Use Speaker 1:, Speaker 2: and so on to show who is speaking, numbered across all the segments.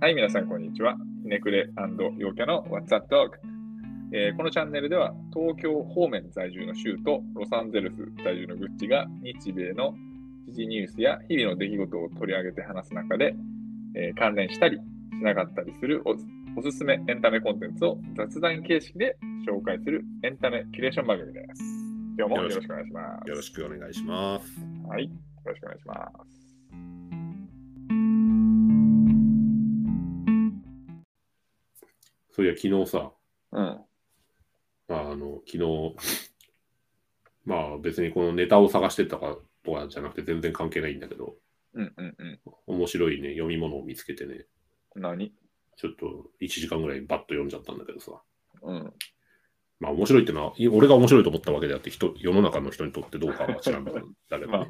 Speaker 1: はい、皆さん、こんにちは。ひねくれ陽キャの What's Up Dog、えーこのチャンネルでは、東京方面在住の州とロサンゼルス在住のグッチが日米の時事ニュースや日々の出来事を取り上げて話す中で、えー関連したりしなかったりするおすおすすめエンタメコンテンツを雑談形式で紹介するエンタメキュレーション番組です。今日もよろしくお願いします。
Speaker 2: よろしくお願いします。
Speaker 1: はい、よろしくお願いします。
Speaker 2: そういや、昨日さ、
Speaker 1: うん、
Speaker 2: あの、昨日、 まあ別にこのネタを探してたかとかじゃなくて全然関係ないんだけど、
Speaker 1: うん、うん、うん。
Speaker 2: 面白いね、読み物を見つけてね、
Speaker 1: 何
Speaker 2: ちょっと1時間ぐらいバッと読んじゃったんだけどさ、
Speaker 1: うん、
Speaker 2: まあ面白いってのは、い俺が面白いと思ったわけであって、人世の中の人にとってどうかは知らんけど、だけ ど
Speaker 1: まあ
Speaker 2: ね、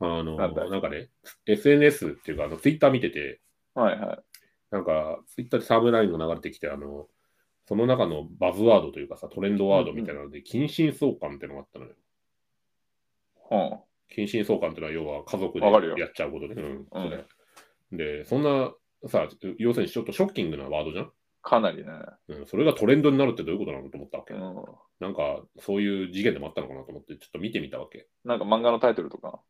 Speaker 1: ま
Speaker 2: あの、
Speaker 1: なんだ
Speaker 2: なんかね、SNS っていうか、あの、ツイッター見てて、
Speaker 1: あ、はいはい。
Speaker 2: なんか、ツイッターでサムラインが流れてきて、あの、その中のバズワードというかさ、トレンドワードみたいなので、近親相関ってのがあったのよ。
Speaker 1: は
Speaker 2: 近親相関ってのは、要は家族
Speaker 1: わかるよ
Speaker 2: でやっちゃうことで。うん
Speaker 1: うん
Speaker 2: そうだよで、そんな、さ、要するにちょっとショッキングなワードじゃん、
Speaker 1: あ、かなりね。
Speaker 2: うん、それがトレンドになるってどういうことなのと思ったわけ。
Speaker 1: うん、
Speaker 2: なんか、そういう事件でもあったのかなと思って、ちょっと見てみたわけ。
Speaker 1: なんか漫画のタイトルとか。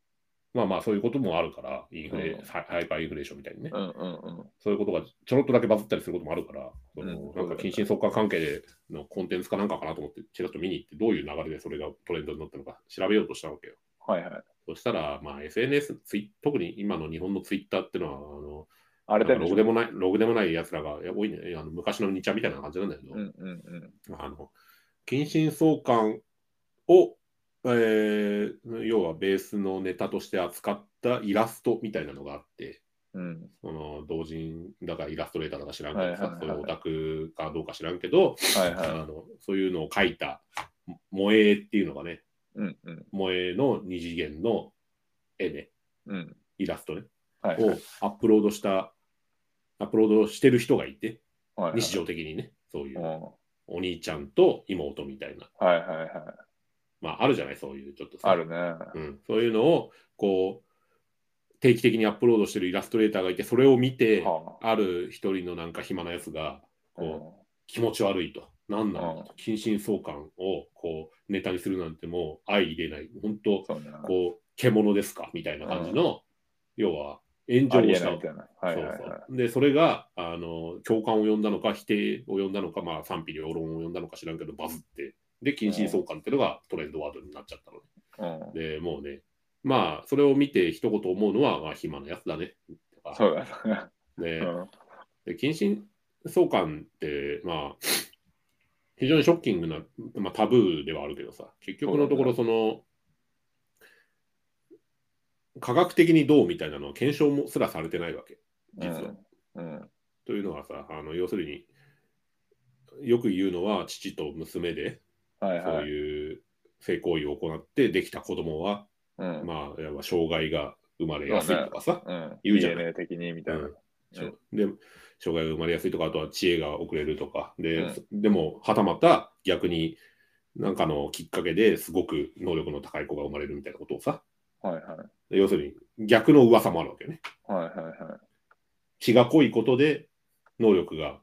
Speaker 2: まあまあ、そういうこともあるから、インフレ、
Speaker 1: うん
Speaker 2: ハイハイパーインフレーションみたいにね、
Speaker 1: うんうんうん。
Speaker 2: そういうことがちょろっとだけバズったりすることもあるから、その
Speaker 1: うん
Speaker 2: なんか近親相関関係でのコンテンツかなんかかなと思って、ちらっと見に行って、どういう流れでそれがトレンドになったのか調べようとしたわけよ。
Speaker 1: はいはい。
Speaker 2: そしたら、まあ、SNS、ツイ特に今の日本のツイッターってのは、あの
Speaker 1: あれだ
Speaker 2: なん
Speaker 1: よね
Speaker 2: かログでもない、ログでもない奴らがいや多いね、あの昔の日茶みたいな感じなんだけど、
Speaker 1: うんうんうん。
Speaker 2: あの近親相関を、えー要はベースのネタとして扱ったイラストみたいなのがあって、
Speaker 1: うん
Speaker 2: その同人だかイラストレーターだか知らんけどさ、
Speaker 1: はいはいはい
Speaker 2: そういうオタクかどうか知らんけど、
Speaker 1: はい
Speaker 2: あ
Speaker 1: は
Speaker 2: のそういうのを書いたも萌えっていうのがね、
Speaker 1: い。うんうん
Speaker 2: 萌えの二次元の絵ね、
Speaker 1: うん。
Speaker 2: イラストね、
Speaker 1: はいはい
Speaker 2: をアップロードした、アップロードしてる人がいて、
Speaker 1: はいはい。
Speaker 2: 日常的にね、そういううんお兄ちゃんと妹みたいな、
Speaker 1: はいはいはい。
Speaker 2: まああるじゃない、そういうちょっとさ、
Speaker 1: あるね。
Speaker 2: うん、そういうのをこう定期的にアップロードしてるイラストレーターがいて、それを見て、
Speaker 1: は
Speaker 2: ある一人のなんか暇なやつ
Speaker 1: あ。
Speaker 2: が、こう気持ち悪いと。何な
Speaker 1: うん
Speaker 2: んだと。近親相関をこうネタにするなんてもう相入れない。本当、
Speaker 1: そうね。
Speaker 2: こう、獣ですかみたいな感じの、要は炎
Speaker 1: あ
Speaker 2: 上
Speaker 1: り
Speaker 2: を
Speaker 1: え
Speaker 2: し
Speaker 1: ない
Speaker 2: たわ
Speaker 1: み
Speaker 2: け。
Speaker 1: たいな。はいはいはい。
Speaker 2: そうそうで、それがあの共感を呼んだのか、否定を呼んだのか、まあ、賛否両論を呼んだのか知らんけど、バズって。で、近親相関っていうのがトレンドワードになっちゃったのね。
Speaker 1: うん
Speaker 2: で、もうね、まあ、それを見て一言思うのは、まあ、暇なやつだね。とか
Speaker 1: そうだね。
Speaker 2: で
Speaker 1: うん
Speaker 2: で近親相関って、まあ、非常にショッキングな、まあ、タブーではあるけどさ、結局のところ、その、科学的にどうみたいなのは検証もすらされてないわけ、実は。
Speaker 1: うん。
Speaker 2: というのはさ、あの要するに、よく言うのは、父と娘で、
Speaker 1: はい
Speaker 2: そう
Speaker 1: はい。
Speaker 2: いう性行為を行って、できた子供は、
Speaker 1: うん。
Speaker 2: まあ、いわば障害が生まれやすいとかさ、
Speaker 1: うん。
Speaker 2: 言うじゃない
Speaker 1: DNA 的にみたいな。
Speaker 2: そうで障害が生まれやすいとかあとは知恵が遅れるとかで,、
Speaker 1: うん
Speaker 2: でもはたまた逆になんかのきっかけですごく能力の高い子が生まれるみたいなことをさ
Speaker 1: はいはい。
Speaker 2: で要するに逆の噂もあるわけよね
Speaker 1: はいはいは
Speaker 2: 血が濃いことで能力が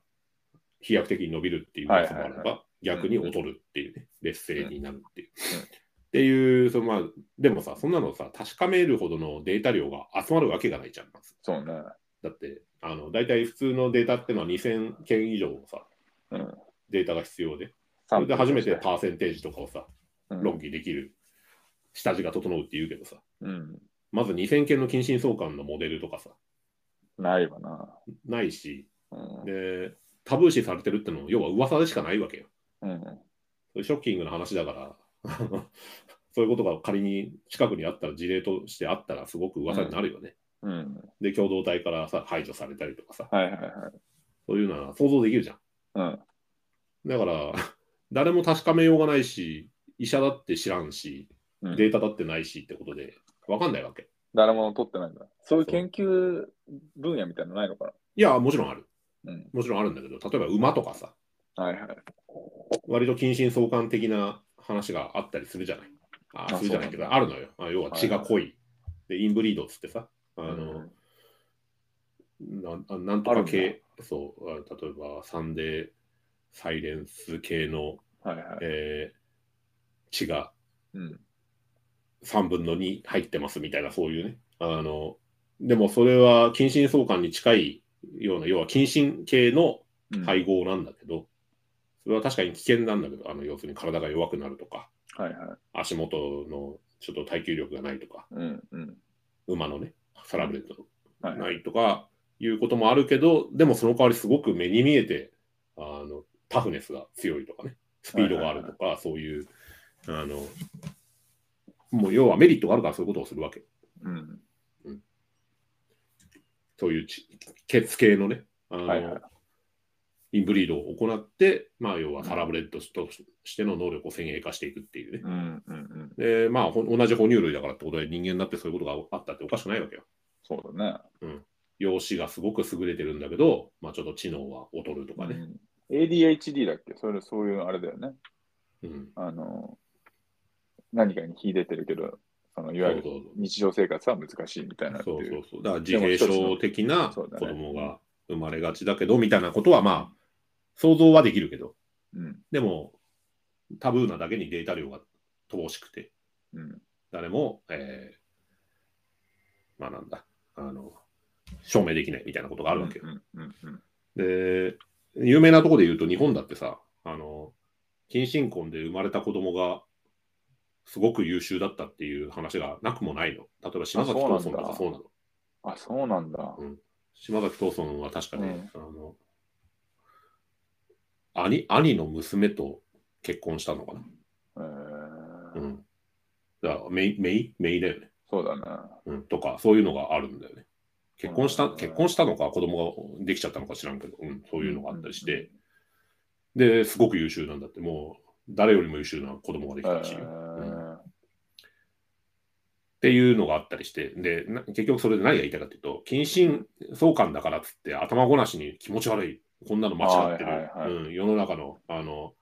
Speaker 2: 飛躍的に伸びるっていう噂もあれば、
Speaker 1: はいはい
Speaker 2: 逆に劣るっていうね、劣勢になるっていう。
Speaker 1: うん
Speaker 2: っていうそのまあ、でもさ、そんなのさ、確かめるほどのデータ量が集まるわけがないじゃん、まず。
Speaker 1: い。そうね。
Speaker 2: だって、あの大体普通のデータってのは2000件以上のさ、
Speaker 1: うん
Speaker 2: データが必要で、それで初めてパーセンテージとかをさ、
Speaker 1: うん
Speaker 2: 論議できる、下地が整うって言うけどさ、
Speaker 1: うん。
Speaker 2: まず2000件の近親相関のモデルとかさ、
Speaker 1: ないわな。
Speaker 2: ないし、
Speaker 1: うん
Speaker 2: で、タブー視されてるってのは、要は噂でしかないわけよ。
Speaker 1: うん。
Speaker 2: それショッキングな話だから、 そういうことが仮に近くにあったら、事例としてあったら、すごく噂になるよね。
Speaker 1: うん。
Speaker 2: で、共同体からさ、排除されたりとかさ、
Speaker 1: はいはいはい。
Speaker 2: そういうのは想像できるじゃん。
Speaker 1: うん。
Speaker 2: だから、 誰も確かめようがないし、医者だって知らんし、
Speaker 1: うん
Speaker 2: データだってないしってことで、わかんないわけ。
Speaker 1: 誰も取ってないんだ。そういう
Speaker 2: そう
Speaker 1: 研究分野みたいなのないのか
Speaker 2: いや、もちろんある。
Speaker 1: なうん。
Speaker 2: もちろんあるんだけど、例えば馬とかさ、
Speaker 1: はいはい。
Speaker 2: 割と近親相関的な話があったりするじゃない。あ
Speaker 1: あ
Speaker 2: するじゃないけ
Speaker 1: そう
Speaker 2: ど、あるのよ。あ要は血が濃い。で、インブリードっつってさ、あの、
Speaker 1: うん
Speaker 2: なんあなんとか
Speaker 1: ある
Speaker 2: 系、そう、あ例えばサンデーサイレンス系の、
Speaker 1: はいはい。
Speaker 2: えー血が
Speaker 1: うん。
Speaker 2: 3分の2入ってますみたいな、そういうね。あのでもそれは近親相関に近いような、要は近親系の
Speaker 1: うん
Speaker 2: 配。合なんだけど、それは確かに危険なんだけど、あの要するに体が弱くなるとか、
Speaker 1: はいはい。
Speaker 2: 足元のちょっと耐久力がないとか、
Speaker 1: うんうん。
Speaker 2: 馬のね、サラブレッド
Speaker 1: はい
Speaker 2: ないとかいうこともあるけど、でもその代わりすごく目に見えて、あのタフネスが強いとかね、スピードがあるとか、そういう、あの、もう要はメリットがあるからそういうことをするわけ。
Speaker 1: うん。
Speaker 2: そういうち血系のね、あの
Speaker 1: はいはい
Speaker 2: インブリードを行って、まあ要はサラブレッドとしての能力を先鋭化していくっていうね。
Speaker 1: うんうんうん。
Speaker 2: で、まあほん同じ哺乳類だからってことで人間だってそういうことがあったっておかしくないわけよ。
Speaker 1: そうだね。
Speaker 2: 容姿がすごく優れてるんだけど、まあちょっと知能は劣るとかね。
Speaker 1: うん ADHD だっけそれそういうのあれだよね。
Speaker 2: うん
Speaker 1: あの、何かに秀でてるけど、そのいわゆる
Speaker 2: そう
Speaker 1: 日常生活は難しいみたいなって
Speaker 2: そうそう
Speaker 1: い。
Speaker 2: そううそうだから自閉症的な
Speaker 1: そう
Speaker 2: 子
Speaker 1: だね
Speaker 2: 供が生まれがちだけどみたいなことはまあ想像はできるけど
Speaker 1: うん。
Speaker 2: でもタブーなだけにデータ量が乏しくて
Speaker 1: うん。
Speaker 2: 誰も、えーまあなんだあの証明できないみたいなことがあるわけよ
Speaker 1: う、んうんうん
Speaker 2: で有名なとこで言うと日本だってさあの近親婚で生まれた子供がすごく優秀だったっていう話がなくもないの例えば島崎藤村とか
Speaker 1: あ
Speaker 2: そ
Speaker 1: そう
Speaker 2: なの
Speaker 1: あ、そうなんだ。
Speaker 2: 島崎藤村は確かね、あの兄兄の娘と結婚したのかな。
Speaker 1: えー
Speaker 2: うん。だから、めい、めい、めいだよね。
Speaker 1: そうだね。
Speaker 2: うん。とか、そういうのがあるんだよね。結婚した、
Speaker 1: うん
Speaker 2: 結婚したのか、子供ができちゃったのか知らんけど、うん、そういうのがあったりして、で、すごく優秀なんだって、もう、誰よりも優秀な子供がで
Speaker 1: え
Speaker 2: きたらしいよ。
Speaker 1: ー。
Speaker 2: っていうのがあったりして、で、な結局それで何が言いたいかっていうと、近親相関だからっつって頭ごなしに気持ち悪い、こんなの間違ってる、
Speaker 1: はいはいはい
Speaker 2: うん、世の中の、あの、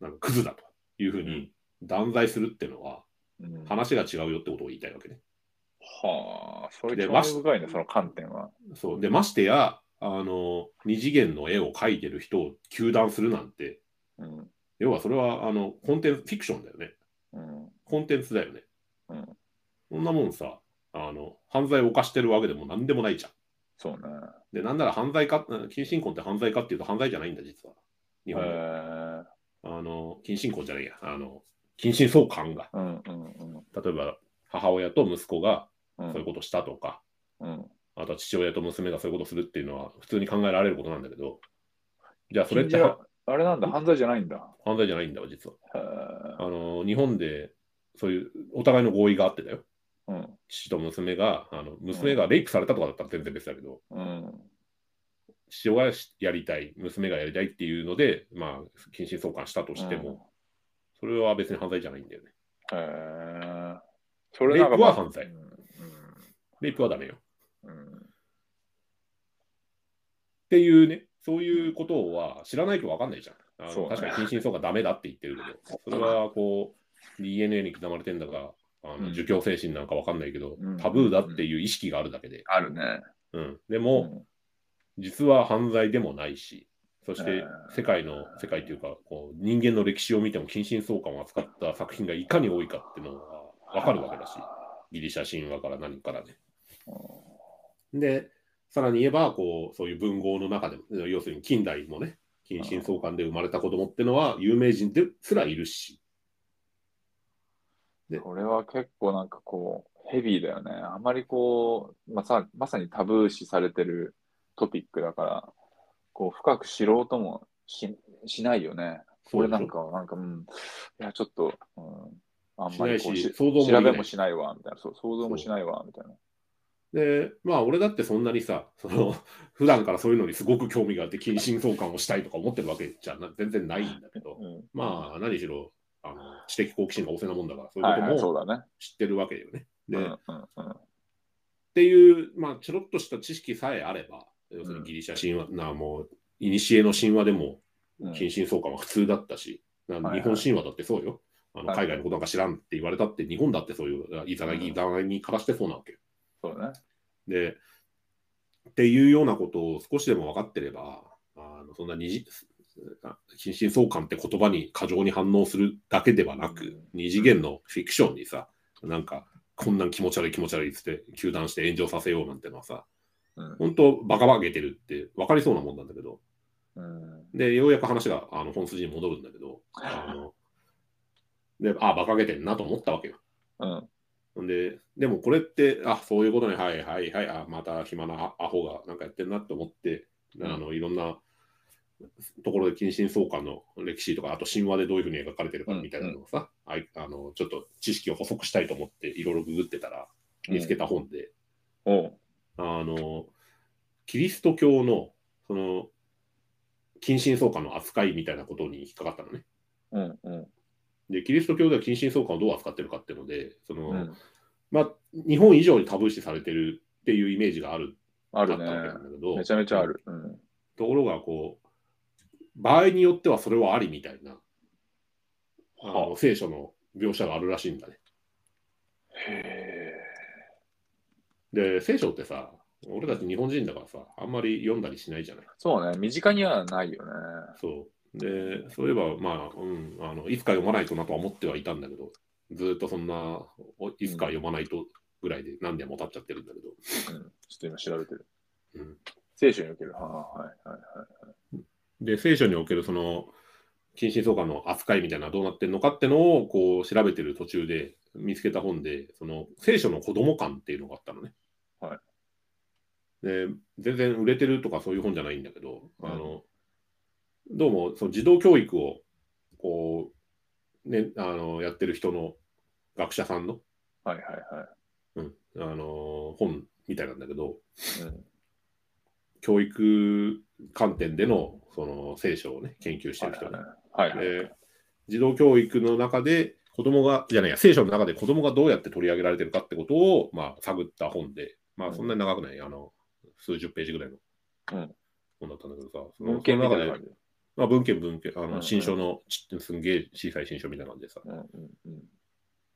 Speaker 2: なんかクズだというふうに断罪するっていうのは、
Speaker 1: うんは
Speaker 2: 話が違うよってことを言いたいわけね。
Speaker 1: あ、それ
Speaker 2: で
Speaker 1: 興
Speaker 2: まし
Speaker 1: 味深いね、その観点は。
Speaker 2: そう。で、ましてや、あの、二次元の絵を描いてる人を糾弾するなんて、
Speaker 1: うん。
Speaker 2: 要はそれは、あの、コンテンツ、フィクションだよね。
Speaker 1: うん。
Speaker 2: コンテンツだよね。
Speaker 1: うん。
Speaker 2: そんなもんさ、あの、犯罪を犯してるわけでも何でもないじゃん。
Speaker 1: そうね。
Speaker 2: で、なんなら犯罪か、うん近親婚って犯罪かっていうと犯罪じゃないんだ、実は。日
Speaker 1: え
Speaker 2: 本で
Speaker 1: ー
Speaker 2: あの、近親婚じゃないや。あの、近親相関が。
Speaker 1: うんうんうん。
Speaker 2: 例えば、母親と息子が
Speaker 1: う
Speaker 2: そういうんことしたとか、
Speaker 1: うん。
Speaker 2: あとは父親と娘がそういうことするっていうのは普通に考えられることなんだけど、じゃあそれって
Speaker 1: じゃ
Speaker 2: は
Speaker 1: ああれなんだ、犯罪じゃないんだ。
Speaker 2: 犯罪じゃないんだわ、実は。
Speaker 1: へー
Speaker 2: あの、日本で、そういう、お互いの合意があってだよ。
Speaker 1: うん。
Speaker 2: 父と娘が、あの娘がレイプされたとかだったら全然別だけど、
Speaker 1: うん。
Speaker 2: 父親がやりたい、娘がやりたいっていうので、まあ、近親相関したとしても、それは別に犯罪じゃないんだよね。
Speaker 1: うん。へーそれなんか
Speaker 2: レイプは犯罪
Speaker 1: うん
Speaker 2: レイプはダメよ。っ
Speaker 1: うんうん
Speaker 2: ていうね、そういうことは知らないと分かんないじゃん。あの
Speaker 1: そうね
Speaker 2: 確かに近親相関ダメだって言ってる けど、それはこう、DNA に刻まれてんだか、あ
Speaker 1: う
Speaker 2: の
Speaker 1: ん
Speaker 2: 儒教精神なんか分かんないけど、
Speaker 1: うん
Speaker 2: タブーだっていう意識があるだけで、
Speaker 1: あるね。
Speaker 2: うん、で
Speaker 1: う
Speaker 2: も、
Speaker 1: ん
Speaker 2: 実は犯罪でもないし、そして
Speaker 1: うん
Speaker 2: 世界の、世界というかこう、人間の歴史を見ても近親相関を扱った作品がいかに多いかっていうのが分かるわけだし、ギリシャ神話から何からね。で、さらに言えば、こう、そういう文豪の中でも、要するに近代もね、近親相関で生まれた子供ってのは有名人ですらいるし、
Speaker 1: これは結構なんかこう、ヘビーだよね。あまりこう、まさまさにタブー視されてるトピックだから、こう、深く知ろうともししないよね。俺なんかは、なんか、うん、いや、ちょっと、うん、あんまりこう
Speaker 2: しないし
Speaker 1: し
Speaker 2: 想像もできな
Speaker 1: 調
Speaker 2: い
Speaker 1: べもしないわ、みたいな。そう想像もしないわ、みたいな。
Speaker 2: で、まあ、俺だってそんなにさ、その、普段からそういうのにすごく興味があって、近親相関をしたいとか思ってるわけじゃな全然ないんだけど、
Speaker 1: うん
Speaker 2: まあ、何しろ、あの知的好奇心が旺盛なもんだから、そう
Speaker 1: はい
Speaker 2: い
Speaker 1: は
Speaker 2: う
Speaker 1: い、
Speaker 2: こと
Speaker 1: そ
Speaker 2: も
Speaker 1: うだね。
Speaker 2: 知ってるわけだよね。
Speaker 1: うん
Speaker 2: で、っ
Speaker 1: うんうん
Speaker 2: ていう、まあ、ちょろっとした知識さえあれば、要するにギリシャ神話、なあもう、いにしえの神話でも、
Speaker 1: うん
Speaker 2: 近親相関は普通だったし、な
Speaker 1: はい
Speaker 2: 日本神話だってそうよ。あの
Speaker 1: はい
Speaker 2: 海外のことなんか知らんって言われたって、日本だってそういう、いざなぎ、いざなぎにからしてそうなわけよ
Speaker 1: そうだね。
Speaker 2: で、っていうようなことを少しでも分かってれば、あのそんな二次、心身相関って言葉に過剰に反応するだけではなく、二次元のフィクションにさ、なんか、こんなん気持ち悪い気持ち悪いっつって、糾弾して炎上させようなんてのはさ、
Speaker 1: うん
Speaker 2: 本当、バカバカげてるって分かりそうなもんなんだけど、
Speaker 1: うん
Speaker 2: で、ようやく話があの本筋に戻るんだけど、あので、あ、バカげてんなと思ったわけよ。
Speaker 1: うん
Speaker 2: んで、でもこれって、あ、そういうことね、はいはいはい、あ、また暇なアアホがなんかやってるなと思って、
Speaker 1: うん
Speaker 2: あの、いろんなところで近親相関の歴史とか、あと神話でどういうふうに描かれてるかみたいなのをさ、あいあの、ちょっと知識を補足したいと思って、いろいろググってたら、見つけた本で、
Speaker 1: おう
Speaker 2: あの、キリスト教の、その、近親相関の扱いみたいなことに引っかかったのね。
Speaker 1: うんうん
Speaker 2: で、キリスト教では近親相関をどう扱ってるかっていうので、その、
Speaker 1: うん
Speaker 2: まあ、日本以上にタブー視されてるっていうイメージがある
Speaker 1: ある
Speaker 2: あったわけなん
Speaker 1: ね。
Speaker 2: だけど、
Speaker 1: めちゃめちゃある。うん
Speaker 2: ところがこう、場合によってはそれはありみたいな、あの
Speaker 1: は
Speaker 2: 聖書の描写があるらしいんだね。
Speaker 1: へ
Speaker 2: で、聖書ってさ、俺たち日本人だからさ、あんまり読んだりしないじゃない。
Speaker 1: そうね、身近にはないよね。
Speaker 2: そう。で、そういえば、まあ、うん、あのいつか読まないとなとは思ってはいたんだけど、ずっとそんな、おいつか読まないとぐらいで何年も経っちゃってるんだけど、
Speaker 1: うん、ちょっと今調べてる。
Speaker 2: うん
Speaker 1: 聖書における。はあ、はいはいはい。
Speaker 2: で、聖書におけるその、近親相関の扱いみたいなどうなってんのかってのをこう調べてる途中で見つけた本で、その聖書の子供感っていうのがあったのね。。
Speaker 1: はい
Speaker 2: で、全然売れてるとかそういう本じゃないんだけど、あの、どうもその児童教育をこう、ね、あの、やってる人の学者さんの、
Speaker 1: はいはいはい。
Speaker 2: うん、あの、本みたいなんだけど、
Speaker 1: うん
Speaker 2: 教育観点でのその聖書をね、研究してる人ね。
Speaker 1: はいはいはい。
Speaker 2: で児童教育の中で子供が、じゃないや、聖書の中で子供がどうやって取り上げられてるかってことを、まあ、探った本で、まあ、そんなに長くない、あの、数十ページぐらいの
Speaker 1: うん
Speaker 2: 本だったんだけどさ、その
Speaker 1: 文献みたい
Speaker 2: そ
Speaker 1: な
Speaker 2: の中
Speaker 1: 感
Speaker 2: で、
Speaker 1: じ。
Speaker 2: まあ、文献、文献、あ
Speaker 1: うんう
Speaker 2: の、
Speaker 1: ん
Speaker 2: 新書の、ちっすんげえ小さい新書みたいな感じでさ、
Speaker 1: うんうん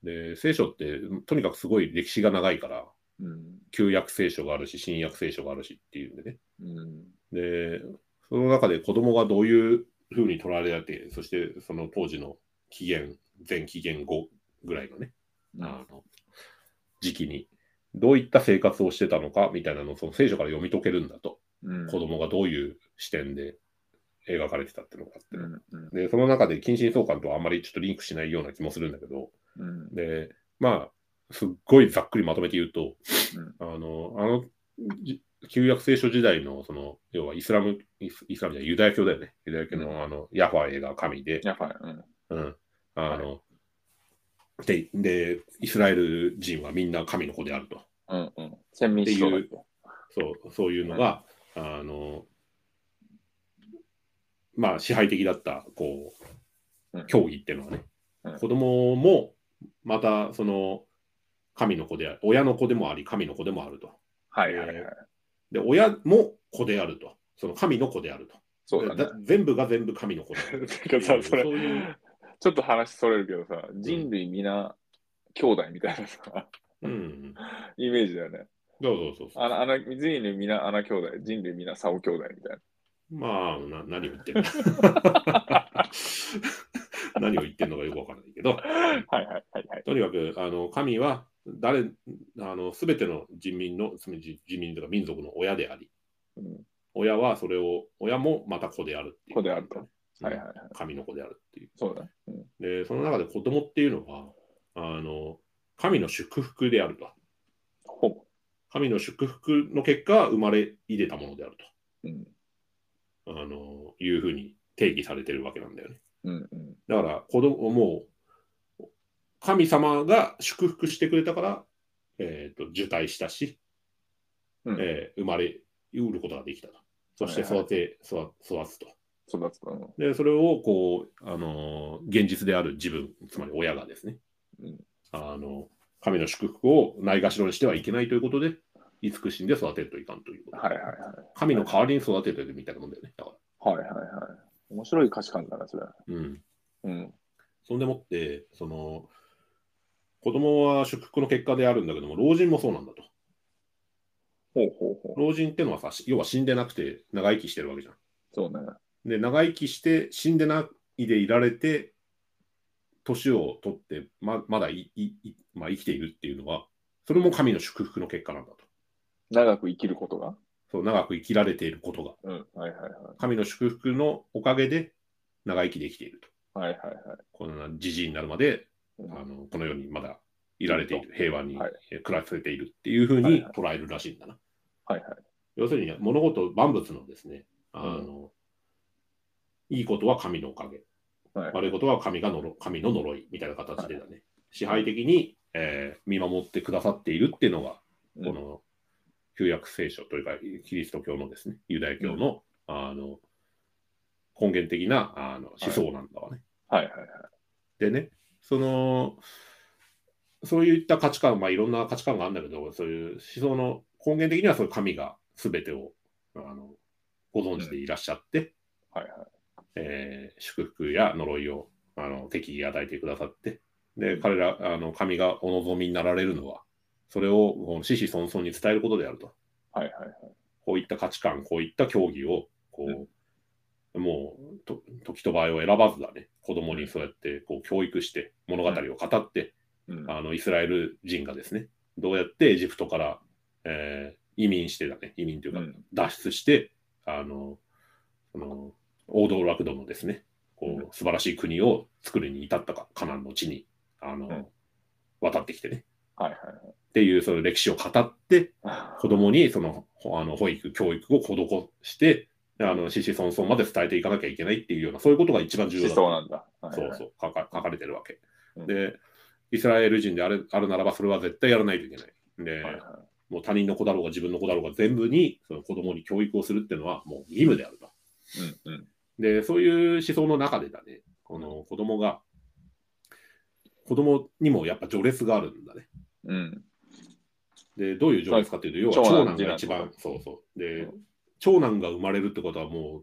Speaker 2: で、聖書って、とにかくすごい歴史が長いから、
Speaker 1: うん
Speaker 2: 旧約聖書があるし、新約聖書があるしっていうんでね、
Speaker 1: うん
Speaker 2: で、その中で子供がどういうふうに取られて、そしてその当時の期限、前期限後ぐらいのね、
Speaker 1: うん
Speaker 2: あの時期に、どういった生活をしてたのかみたいなのをその聖書から読み解けるんだと、
Speaker 1: うん
Speaker 2: 子供がどういう視点で描かれてたっていうのがあって、
Speaker 1: うんうん
Speaker 2: で、その中で近親相関とはあんまりちょっとリンクしないような気もするんだけど、
Speaker 1: うん
Speaker 2: で、まあ、すっごいざっくりまとめて言うと、
Speaker 1: うん
Speaker 2: あの、あの、じ旧約聖書時代の、その、要はイスラム、イスイスラムじゃないユダヤ教だよね。ユダヤ教の、
Speaker 1: うん
Speaker 2: あの、ヤファエが神で、
Speaker 1: やっぱり、うん
Speaker 2: うん。あの、で、で、イスラエル人はみんな神の子であると。
Speaker 1: うんうん。先民思想だっけ
Speaker 2: そう、そういうのが、あの、まあ、支配的だった、こ
Speaker 1: うん
Speaker 2: う、教義っていうのはね、
Speaker 1: うん
Speaker 2: 子供も、また、その、神の子である、親の子でもあり、神の子でもあると。
Speaker 1: はいはいはい。
Speaker 2: で、親も子であると。その神の子であると。
Speaker 1: そうだね
Speaker 2: だ。全部が全部神の子で ある。
Speaker 1: てかさ、それ
Speaker 2: そういう、
Speaker 1: ちょっと話それるけどさ、人類皆兄弟みたいなさ、
Speaker 2: うん。
Speaker 1: イメージだよね。
Speaker 2: そうそうそうそう
Speaker 1: あの、あの、人類皆穴兄弟、人類皆竿兄弟みたい
Speaker 2: まあ、な何を言ってる 何を言ってるのかよくわからないけど、
Speaker 1: な。はいはいはいはい。
Speaker 2: とにかく、あの神は誰、あの全ての人民の、つまり人民とか民族の親であり、
Speaker 1: うん
Speaker 2: 親はそれを、親もまた子であるっていう。
Speaker 1: 子であるとはいはいはい。
Speaker 2: 神の子であるっていう。
Speaker 1: そうだね。うん
Speaker 2: で、その中で子供っていうのは、あの神の祝福であると。
Speaker 1: ほぼ。
Speaker 2: 神の祝福の結果、生まれいでたものである
Speaker 1: うん。
Speaker 2: とあのいうふうに定義されてるわけなんだよね。
Speaker 1: うんうん。
Speaker 2: だから子供も神様が祝福してくれたから、えー、と受胎したし、
Speaker 1: うん
Speaker 2: えー生まれうることができたと。そして
Speaker 1: はいはい
Speaker 2: 育て、育育つと。
Speaker 1: 育つと思
Speaker 2: で、それをこう、あのー現実である自分、つまり親がですね、
Speaker 1: うん
Speaker 2: あの神の祝福をないがしろにしてはいけないということで、慈しんで育てるといかんということ。
Speaker 1: はいはいはい。
Speaker 2: 神の代わりに育ててるみたいなもんだよね。だから。
Speaker 1: はいはいはい。面白い価値観だな、それ。
Speaker 2: うん。
Speaker 1: うん。
Speaker 2: そんでもって、その、子供は祝福の結果であるんだけども、老人もそうなんだと。
Speaker 1: ほうほうほう。
Speaker 2: 老人ってのはさ、要は死んでなくて長生きしてるわけじゃ
Speaker 1: そうね。
Speaker 2: ん。で、長生きして死んでないでいられて、年を取ってままだいいい、まあ、生きているっていうのは、それも神の祝福の結果なんだと。
Speaker 1: 長く生きることが。
Speaker 2: そう長く生きられていることが、
Speaker 1: うん。はいはいはい。
Speaker 2: 神の祝福のおかげで長生きできていると。
Speaker 1: はいはい
Speaker 2: こんなじじいになるまで
Speaker 1: は
Speaker 2: あ
Speaker 1: い。
Speaker 2: のこの世にまだいられている、平和に
Speaker 1: はい
Speaker 2: えー暮らせているっていうふう
Speaker 1: はい
Speaker 2: に
Speaker 1: はい
Speaker 2: 捉えるらしいんだな。
Speaker 1: はいはい。
Speaker 2: 要するに物事、万物のですね、あのいいことは神のおかげ、
Speaker 1: はい
Speaker 2: 悪いことは神がのろ神の呪いみたいな形でだね、支配的に、えー見守ってくださっているっていうのが、
Speaker 1: うん
Speaker 2: この旧約聖書というか、キリスト教のですね、ユダヤ教の,、あの根源的なあの思想なんだわね。
Speaker 1: はいはいはい。
Speaker 2: でね、その、そういった価値観、まあ、いろんな価値観があるんだけど、そういう思想の根源的には、そういう神が全てをあのご存知でいらっしゃって、
Speaker 1: はいはい。
Speaker 2: えー祝福や呪いをあの敵に与えてくださって、で、彼ら、あの神がお望みになられるのは、それをこう子々孫々に伝えることであると。
Speaker 1: はいはいはい。
Speaker 2: こういった価値観、こういった教義を、こう、もうと、時と場合を選ばずだね、子供にそうやってこう教育して、物語を語って、
Speaker 1: うん。
Speaker 2: あのイスラエル人がですね、どうやってエジプトから、えー移民してだね、移民という
Speaker 1: う
Speaker 2: か、
Speaker 1: ん
Speaker 2: 脱出して、あの、その、王道楽土のですね、こ
Speaker 1: う
Speaker 2: う、素晴らしい国を作るに至ったか、カナンの地に、あの、
Speaker 1: うん
Speaker 2: 渡ってきてね、
Speaker 1: はいはい
Speaker 2: っていう、その歴史を語って、
Speaker 1: はい。
Speaker 2: 子供にそのほあの保育、教育を施して、あの子々孫々まで伝えていかなきゃいけないっていうような、そういうことが一番重要
Speaker 1: 思
Speaker 2: だ
Speaker 1: 想なんだ。はい
Speaker 2: そ
Speaker 1: はいう
Speaker 2: そう書か書かれてるわけ
Speaker 1: う。ん
Speaker 2: で、イスラエル人であれあるならば、それは絶対やらないといけない。で、
Speaker 1: はいはい
Speaker 2: もう他人の子だろうが自分の子だろうが全部にその子供に教育をするっていうのはもう義務であると。
Speaker 1: うんうん。
Speaker 2: で、そういう思想の中でだね、この子供が、子供にもやっぱ序列があるんだね。
Speaker 1: うん。
Speaker 2: で、どういう序列かというと、
Speaker 1: はい
Speaker 2: 要は
Speaker 1: 長
Speaker 2: 長
Speaker 1: 男
Speaker 2: 男が一番
Speaker 1: 次、
Speaker 2: そうそう。
Speaker 1: う
Speaker 2: で、長男が生まれるってことはも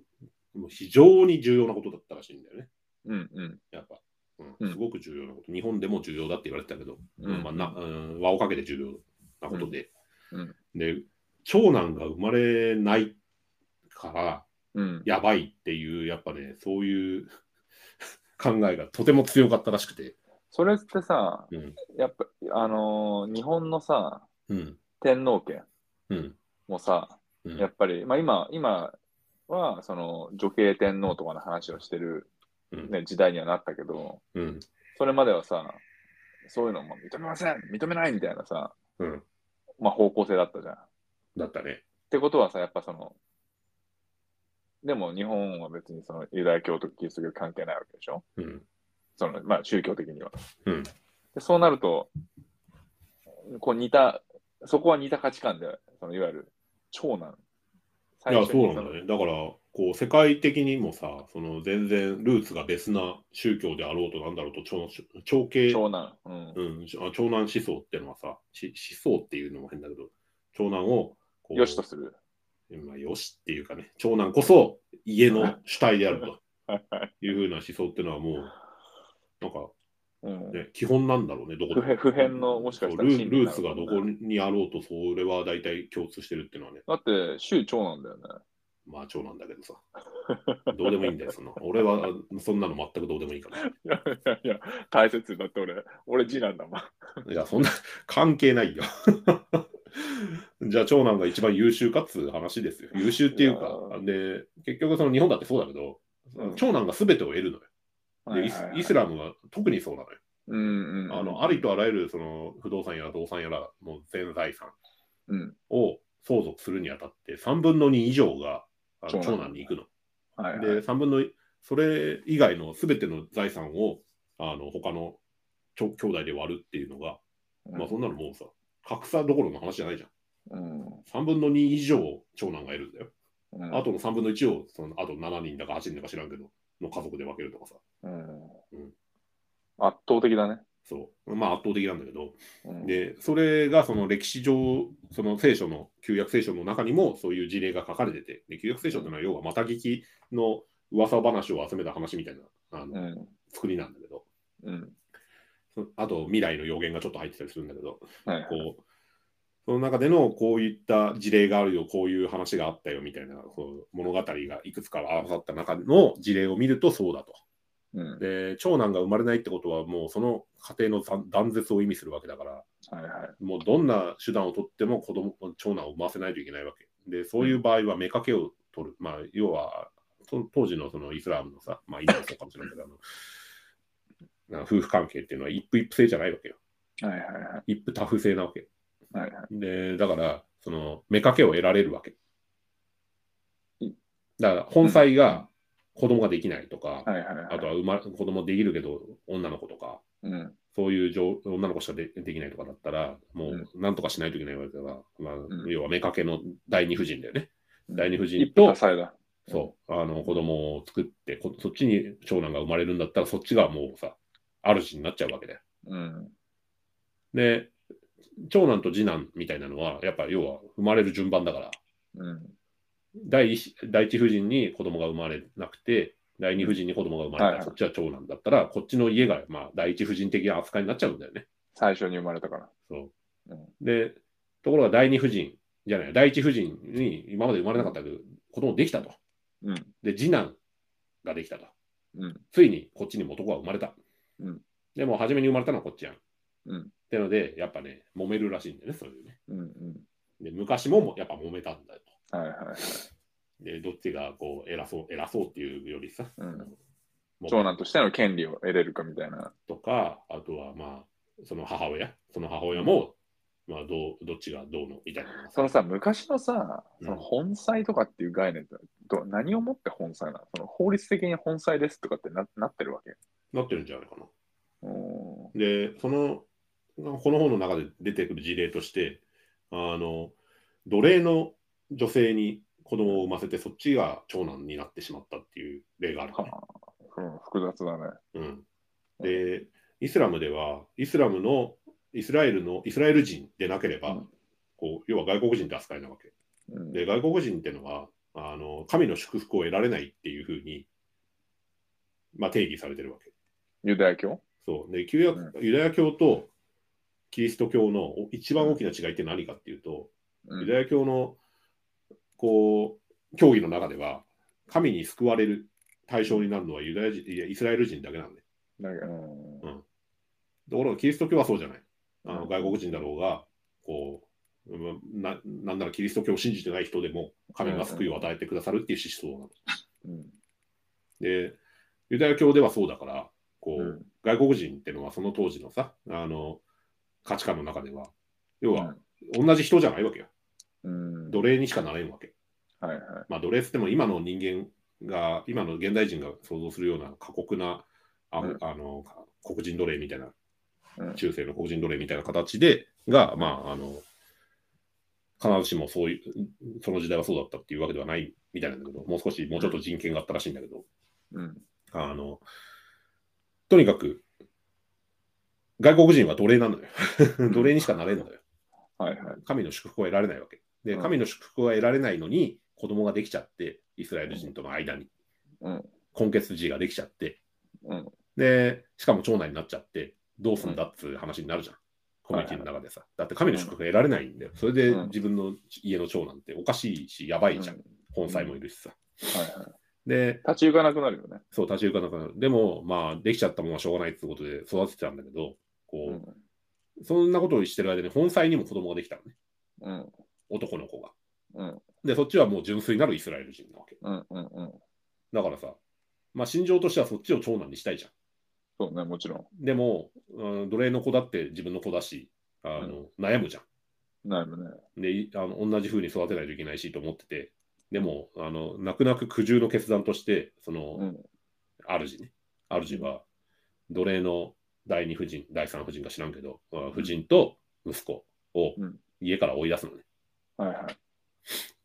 Speaker 2: う、もう非常に重要なことだったらしいんだよね。
Speaker 1: うんうん。
Speaker 2: やっぱ。う
Speaker 1: うん
Speaker 2: ん、すごく重要なこと、日本でも重要だって言われてたけど、
Speaker 1: うん
Speaker 2: まあなうん、輪をかけて重要なことで、
Speaker 1: うんうん
Speaker 2: で、長男が生まれないから、
Speaker 1: うん。
Speaker 2: やばいっていう、やっぱね、そういう 考えがとても強かったらしくて、
Speaker 1: それってさ、
Speaker 2: うん、
Speaker 1: やっぱ、あのー日本のさ、
Speaker 2: うん、
Speaker 1: 天皇家
Speaker 2: うん、
Speaker 1: もさ、
Speaker 2: うん、
Speaker 1: やっぱり、まあ今、今は、その、女系天皇とかの話をしてる、
Speaker 2: うん
Speaker 1: ね、時代にはなったけど、
Speaker 2: うん、
Speaker 1: それまではさ、そういうのも認めません認めないみたいなさ、
Speaker 2: うん、
Speaker 1: まあ方向性だったじゃん。っ
Speaker 2: だったね。
Speaker 1: てことはさ、やっぱその、でも日本は別にそのユダヤ教とキリスト教関係ないわけでしょ
Speaker 2: うん、
Speaker 1: その、まあ宗教的には。
Speaker 2: うん
Speaker 1: でそうなると、こう似た、そこは似た価値観で、そのいわゆる長男。
Speaker 2: いや、そうなんだ
Speaker 1: の
Speaker 2: よね。だから、こう、世界的にもさ、その全然ルーツが別な宗教であろうとなんだろうと、長長兄
Speaker 1: 長男。うん。
Speaker 2: うん、あ長男思想ってのはさ、し思想っていうのも変だけど、長男をこう
Speaker 1: よしとする。
Speaker 2: まあ、よしっていうかね、長男こそ家の主体であると
Speaker 1: はいはい。
Speaker 2: いうふうな思想ってのはもう、なんか、
Speaker 1: うん。
Speaker 2: ね、基本なんだろうね、どこ
Speaker 1: 普遍普遍のもしかしたら
Speaker 2: そう
Speaker 1: 真理
Speaker 2: ルル
Speaker 1: な
Speaker 2: ー
Speaker 1: の
Speaker 2: ツ
Speaker 1: かも
Speaker 2: が
Speaker 1: ね
Speaker 2: どこにあろうと、それは大体共通してるっていうのはね、
Speaker 1: だって、州長男だよね。
Speaker 2: まあ長男だけどさ、どうでもいいんだよ、その。俺はそんなの全くどうでもいいから。
Speaker 1: いやいやいや、大切だって俺、俺次男だもん。
Speaker 2: いや、そんな、関係ないよ。じゃあ、長男が一番優秀かっつう話ですよ。優秀っていうか、で、結局、その日本だってそうだけど、
Speaker 1: うん
Speaker 2: 長男が全てを得るのよ。でイス、イス
Speaker 1: ラ
Speaker 2: ラムは特にそうなのよ。
Speaker 1: うんうん。
Speaker 2: あの、ありとあらゆる、その、不動産やら動産やら、もう全財産
Speaker 1: うん。
Speaker 2: を相続するにあたって、3分の2以上があの
Speaker 1: 長男
Speaker 2: 長男に行くの。
Speaker 1: はいはい。
Speaker 2: で、3分の1、それ以外の全ての財産を、あの、他のちょ兄弟で割るっていうのが、
Speaker 1: うん
Speaker 2: まあそんなのもうさ、格差どころの話じゃないじ
Speaker 1: うん。
Speaker 2: ゃん。3分の2以上長男がいるんだよ。
Speaker 1: うん
Speaker 2: あとの3分の1を、そのあと7人だか8人だか知らんけど、の家族で分けるとかさ。
Speaker 1: うん
Speaker 2: うん
Speaker 1: 圧倒的だね。
Speaker 2: そう。まあ圧倒的なんだけど。
Speaker 1: うん
Speaker 2: で、それがその歴史上、その聖書の、旧約聖書の中にもそういう事例が書かれてて、で旧約聖書ってのは要はまた聞きの噂話を集めた話みたいなあ
Speaker 1: う
Speaker 2: の
Speaker 1: ん。
Speaker 2: 作りなんだけど、
Speaker 1: うん。
Speaker 2: そあと未来の予言がちょっと入ってたりするんだけど、
Speaker 1: はいはい。
Speaker 2: こう、その中でのこういった事例があるよ、こういう話があったよみたいなこう物語がいくつか合わさった中の事例を見るとそうだと。
Speaker 1: うん。
Speaker 2: で、長男が生まれないってことは、もうその家庭の断断絶を意味するわけだから、
Speaker 1: はいはい。
Speaker 2: もうどんな手段を取っても子供長男を産ませないといけないわけ。で、そういう場合は目かけを取る。まあ、要は、と当時のそのイスラムのさ、まあ、今もそうかもしれないけど、あのな夫婦関係っていうのは一夫一夫制じゃないわけよ。
Speaker 1: はいはいは
Speaker 2: 一夫多夫制なわけ。
Speaker 1: い。はいは
Speaker 2: で、だから、その、目かけを得られるわけ
Speaker 1: うん。
Speaker 2: だから、本妻が子供ができないとか、
Speaker 1: い。はいはいはい。
Speaker 2: あとは生まれ子供できるけど、女の子とか、
Speaker 1: うん。
Speaker 2: そういう状女の子しかでできないとかだったら、もううなんとかしないといけないわけだから、ま
Speaker 1: う
Speaker 2: あ、
Speaker 1: ん
Speaker 2: 要は目かけの第二夫人だよね。第二夫人
Speaker 1: 一
Speaker 2: と
Speaker 1: 歩多妻だ。
Speaker 2: そう、あの子供を作ってこ、そっちに長男が生まれるんだったら、そっちがもうさ、主になっちゃうわけだよ。
Speaker 1: うん。
Speaker 2: で、長男と次男みたいなのは、やっぱ要は生まれる順番だから、
Speaker 1: うん。
Speaker 2: 第一第一夫人に子供が生まれなくて、第二夫人に子供が生まれたら、
Speaker 1: はいはい
Speaker 2: そっちは長男だったら、こっちの家が、まあ、第一夫人的な扱いになっちゃうんだよね。
Speaker 1: 最初に生まれたから。
Speaker 2: そう
Speaker 1: うん
Speaker 2: で、ところが第二夫人じゃない、第一夫人に今まで生まれなかったけど、子供できたと。
Speaker 1: うん。
Speaker 2: で、次男ができたと。
Speaker 1: うん。
Speaker 2: ついにこっちにも男が生まれた。
Speaker 1: うん
Speaker 2: でも、初めに生まれたのはこっちやん。
Speaker 1: うん
Speaker 2: ってので、やっぱね、揉めるらしいんだよね、そういうね。
Speaker 1: うん。
Speaker 2: で、昔ももやっぱ揉めたんだよと。
Speaker 1: うん。はいはい。
Speaker 2: で、どっちがこう偉そう、偉そうっていうよりさ、
Speaker 1: うん
Speaker 2: もう
Speaker 1: 長男としての権利を得れるかみたいな。
Speaker 2: とか、あとはまあ、その母親、その母親も、まあどう、どっちがどうのみたいなのがさ。
Speaker 1: そのさ、昔のさ、
Speaker 2: うん
Speaker 1: その本妻とかっていう概念ってど、何をもって本妻なのその法律的に本妻ですとかってななってるわけ
Speaker 2: なってるんじゃないかな。
Speaker 1: お
Speaker 2: で、その、この本の中で出てくる事例として、あの、奴隷の女性に子供を産ませて、そっちが長男になってしまったっていう例がある
Speaker 1: ー
Speaker 2: ね、
Speaker 1: はあ、うん、複雑だね。
Speaker 2: うん。で、イスラムでは、イスラムの、イスラエルの、イスラエル人でなければ、
Speaker 1: うん
Speaker 2: こう要は外国人って扱いなわけ。
Speaker 1: うん、
Speaker 2: で、外国人ってのは、あの神の祝福を得られないっていうふうに、まあ、定義されてるわけ。
Speaker 1: ユダヤ教
Speaker 2: そうで旧約ユダヤ教とキリスト教のお一番大きな違いって何かっていうと、
Speaker 1: う
Speaker 2: ユ
Speaker 1: ん
Speaker 2: ダヤ教のこう教義の中では神に救われる対象になるのはユダヤ人いやイスラエル人だけなんで
Speaker 1: だけどうん
Speaker 2: ところがキリスト教はそうじゃないあの
Speaker 1: うん
Speaker 2: 外国人だろうがこううんななんならキリスト教を信じてない人でも神が救いを与えてくださるっていう思想なの。
Speaker 1: うん
Speaker 2: でユダヤ教ではそうだからこう、
Speaker 1: うん
Speaker 2: 外国人ってのはその当時のさあの価値観の中では要は同じ人じゃないわけよ
Speaker 1: うん、
Speaker 2: 奴隷にしかなれんわけ
Speaker 1: はいはい。
Speaker 2: まあ奴隷っつっても今の人間が今の現代人が想像するような過酷なあ,、
Speaker 1: うん
Speaker 2: あのか黒人奴隷みたいな
Speaker 1: うん
Speaker 2: 中世の黒人奴隷みたいな形でがまああの必ずしもそういうその時代はそうだったっていうわけではないみたいなんだけどもう少しもうちょっと人権があったらしいんだけど
Speaker 1: うん
Speaker 2: あの、とにかく、外国人は奴隷なのよ。奴隷にしかなれんのよ。
Speaker 1: はいはい。
Speaker 2: 神の祝福を得られないわけ。で、
Speaker 1: うん
Speaker 2: 神の祝福を得られないのに、子供ができちゃって、イスラエル人との間に、
Speaker 1: うん
Speaker 2: 根血児ができちゃって、
Speaker 1: うん
Speaker 2: で、しかも長男になっちゃって、どうすんだっつう話になるじゃん。コミュニティの中でさ。だって神の祝福が得られないんだよ。それで
Speaker 1: うん
Speaker 2: 自分の家の長男っておかしいし、やばいじゃん。
Speaker 1: うん
Speaker 2: 本妻もいるしさ。
Speaker 1: はいはい、
Speaker 2: で、
Speaker 1: 立ち行かなくなるよね。
Speaker 2: そう、立ち行かなくなる。でも、まあ、できちゃったもんはしょうがないってことで育ててたんだけど、こ
Speaker 1: う
Speaker 2: う、
Speaker 1: ん
Speaker 2: そんなことをしてる間に本妻にも子供ができたのね、
Speaker 1: うん
Speaker 2: 男の子が。
Speaker 1: うん
Speaker 2: で、そっちはもう純粋なるイスラエル人なわけ。
Speaker 1: うんうんうん。
Speaker 2: だからさ、まあ、心情としてはそっちを長男にしたいじゃ
Speaker 1: そうね、もちろ
Speaker 2: ん。でも、うん、奴隷の子だって自分の子だし、あの悩むじゃ
Speaker 1: ん。なるね。
Speaker 2: ん。で、いあの同じ風に育てないといけないしと思ってて、でも、あの泣く泣く苦渋の決断として、その、
Speaker 1: うん
Speaker 2: 主ね。主は奴隷の第二夫人、第三夫人か知らんけど、まあ夫人と息子を
Speaker 1: うん
Speaker 2: 家から追い出すのね。
Speaker 1: はいはい。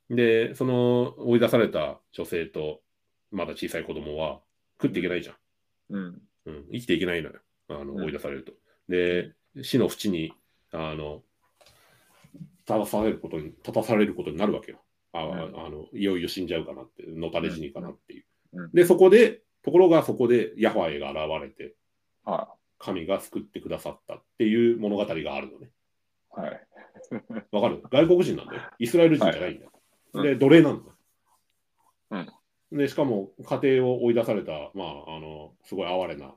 Speaker 2: で、その追い出された女性とまだ小さい子供は食っていけないじゃん。
Speaker 1: うん
Speaker 2: うん、生きていけないのよ。あの
Speaker 1: うん
Speaker 2: 追い出されると。で、死の淵に、あの、立たされることに、立たされることになるわけよ。あ、
Speaker 1: うん
Speaker 2: あの、いよいよ死んじゃうかなって、のたれ死にかなってい
Speaker 1: うん
Speaker 2: う。
Speaker 1: うん
Speaker 2: で、そこで、ところがそこでヤハエが現れて、
Speaker 1: は
Speaker 2: 神が救ってくださったっていう物語があるのね。
Speaker 1: いはい。
Speaker 2: わかる外国人なんだよ。イスラエル人じゃないんだよ。で、奴隷なんだよ。で、しかも家庭を追い出された、まあ、あの、すごい哀れな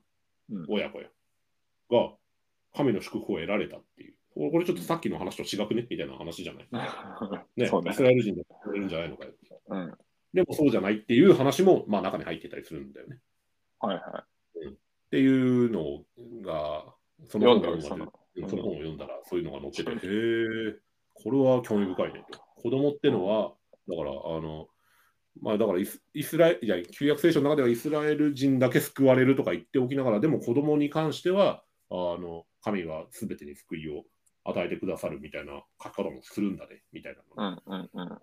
Speaker 1: うん
Speaker 2: 親子や、が、神の祝福を得られたっていう。これこれちょっとさっきの話と違くねみたいな話じゃない。ね、
Speaker 1: そうね
Speaker 2: イス。ラエル人で取れるんじゃないのかよ。
Speaker 1: うん。
Speaker 2: でもそうじゃないっていう話も、まあ中に入ってたりするんだよね。っ
Speaker 1: はいはい。
Speaker 2: ていうのが、その
Speaker 1: 読
Speaker 2: 本
Speaker 1: んだ
Speaker 2: を
Speaker 1: よ、
Speaker 2: 読
Speaker 1: その
Speaker 2: ん。でその本を読んだら、そういうのが載ってて、へえ、これは興味深いねと。子供ってのは、だから、あの、まあだからイスイスラエル、いや、旧約聖書の中ではイスラエル人だけ救われるとか言っておきながら、でも子供に関しては、あの、神は全てに救いを与えてくださるみたいな書き方もするんだね、みたいなのが
Speaker 1: うんうんうん。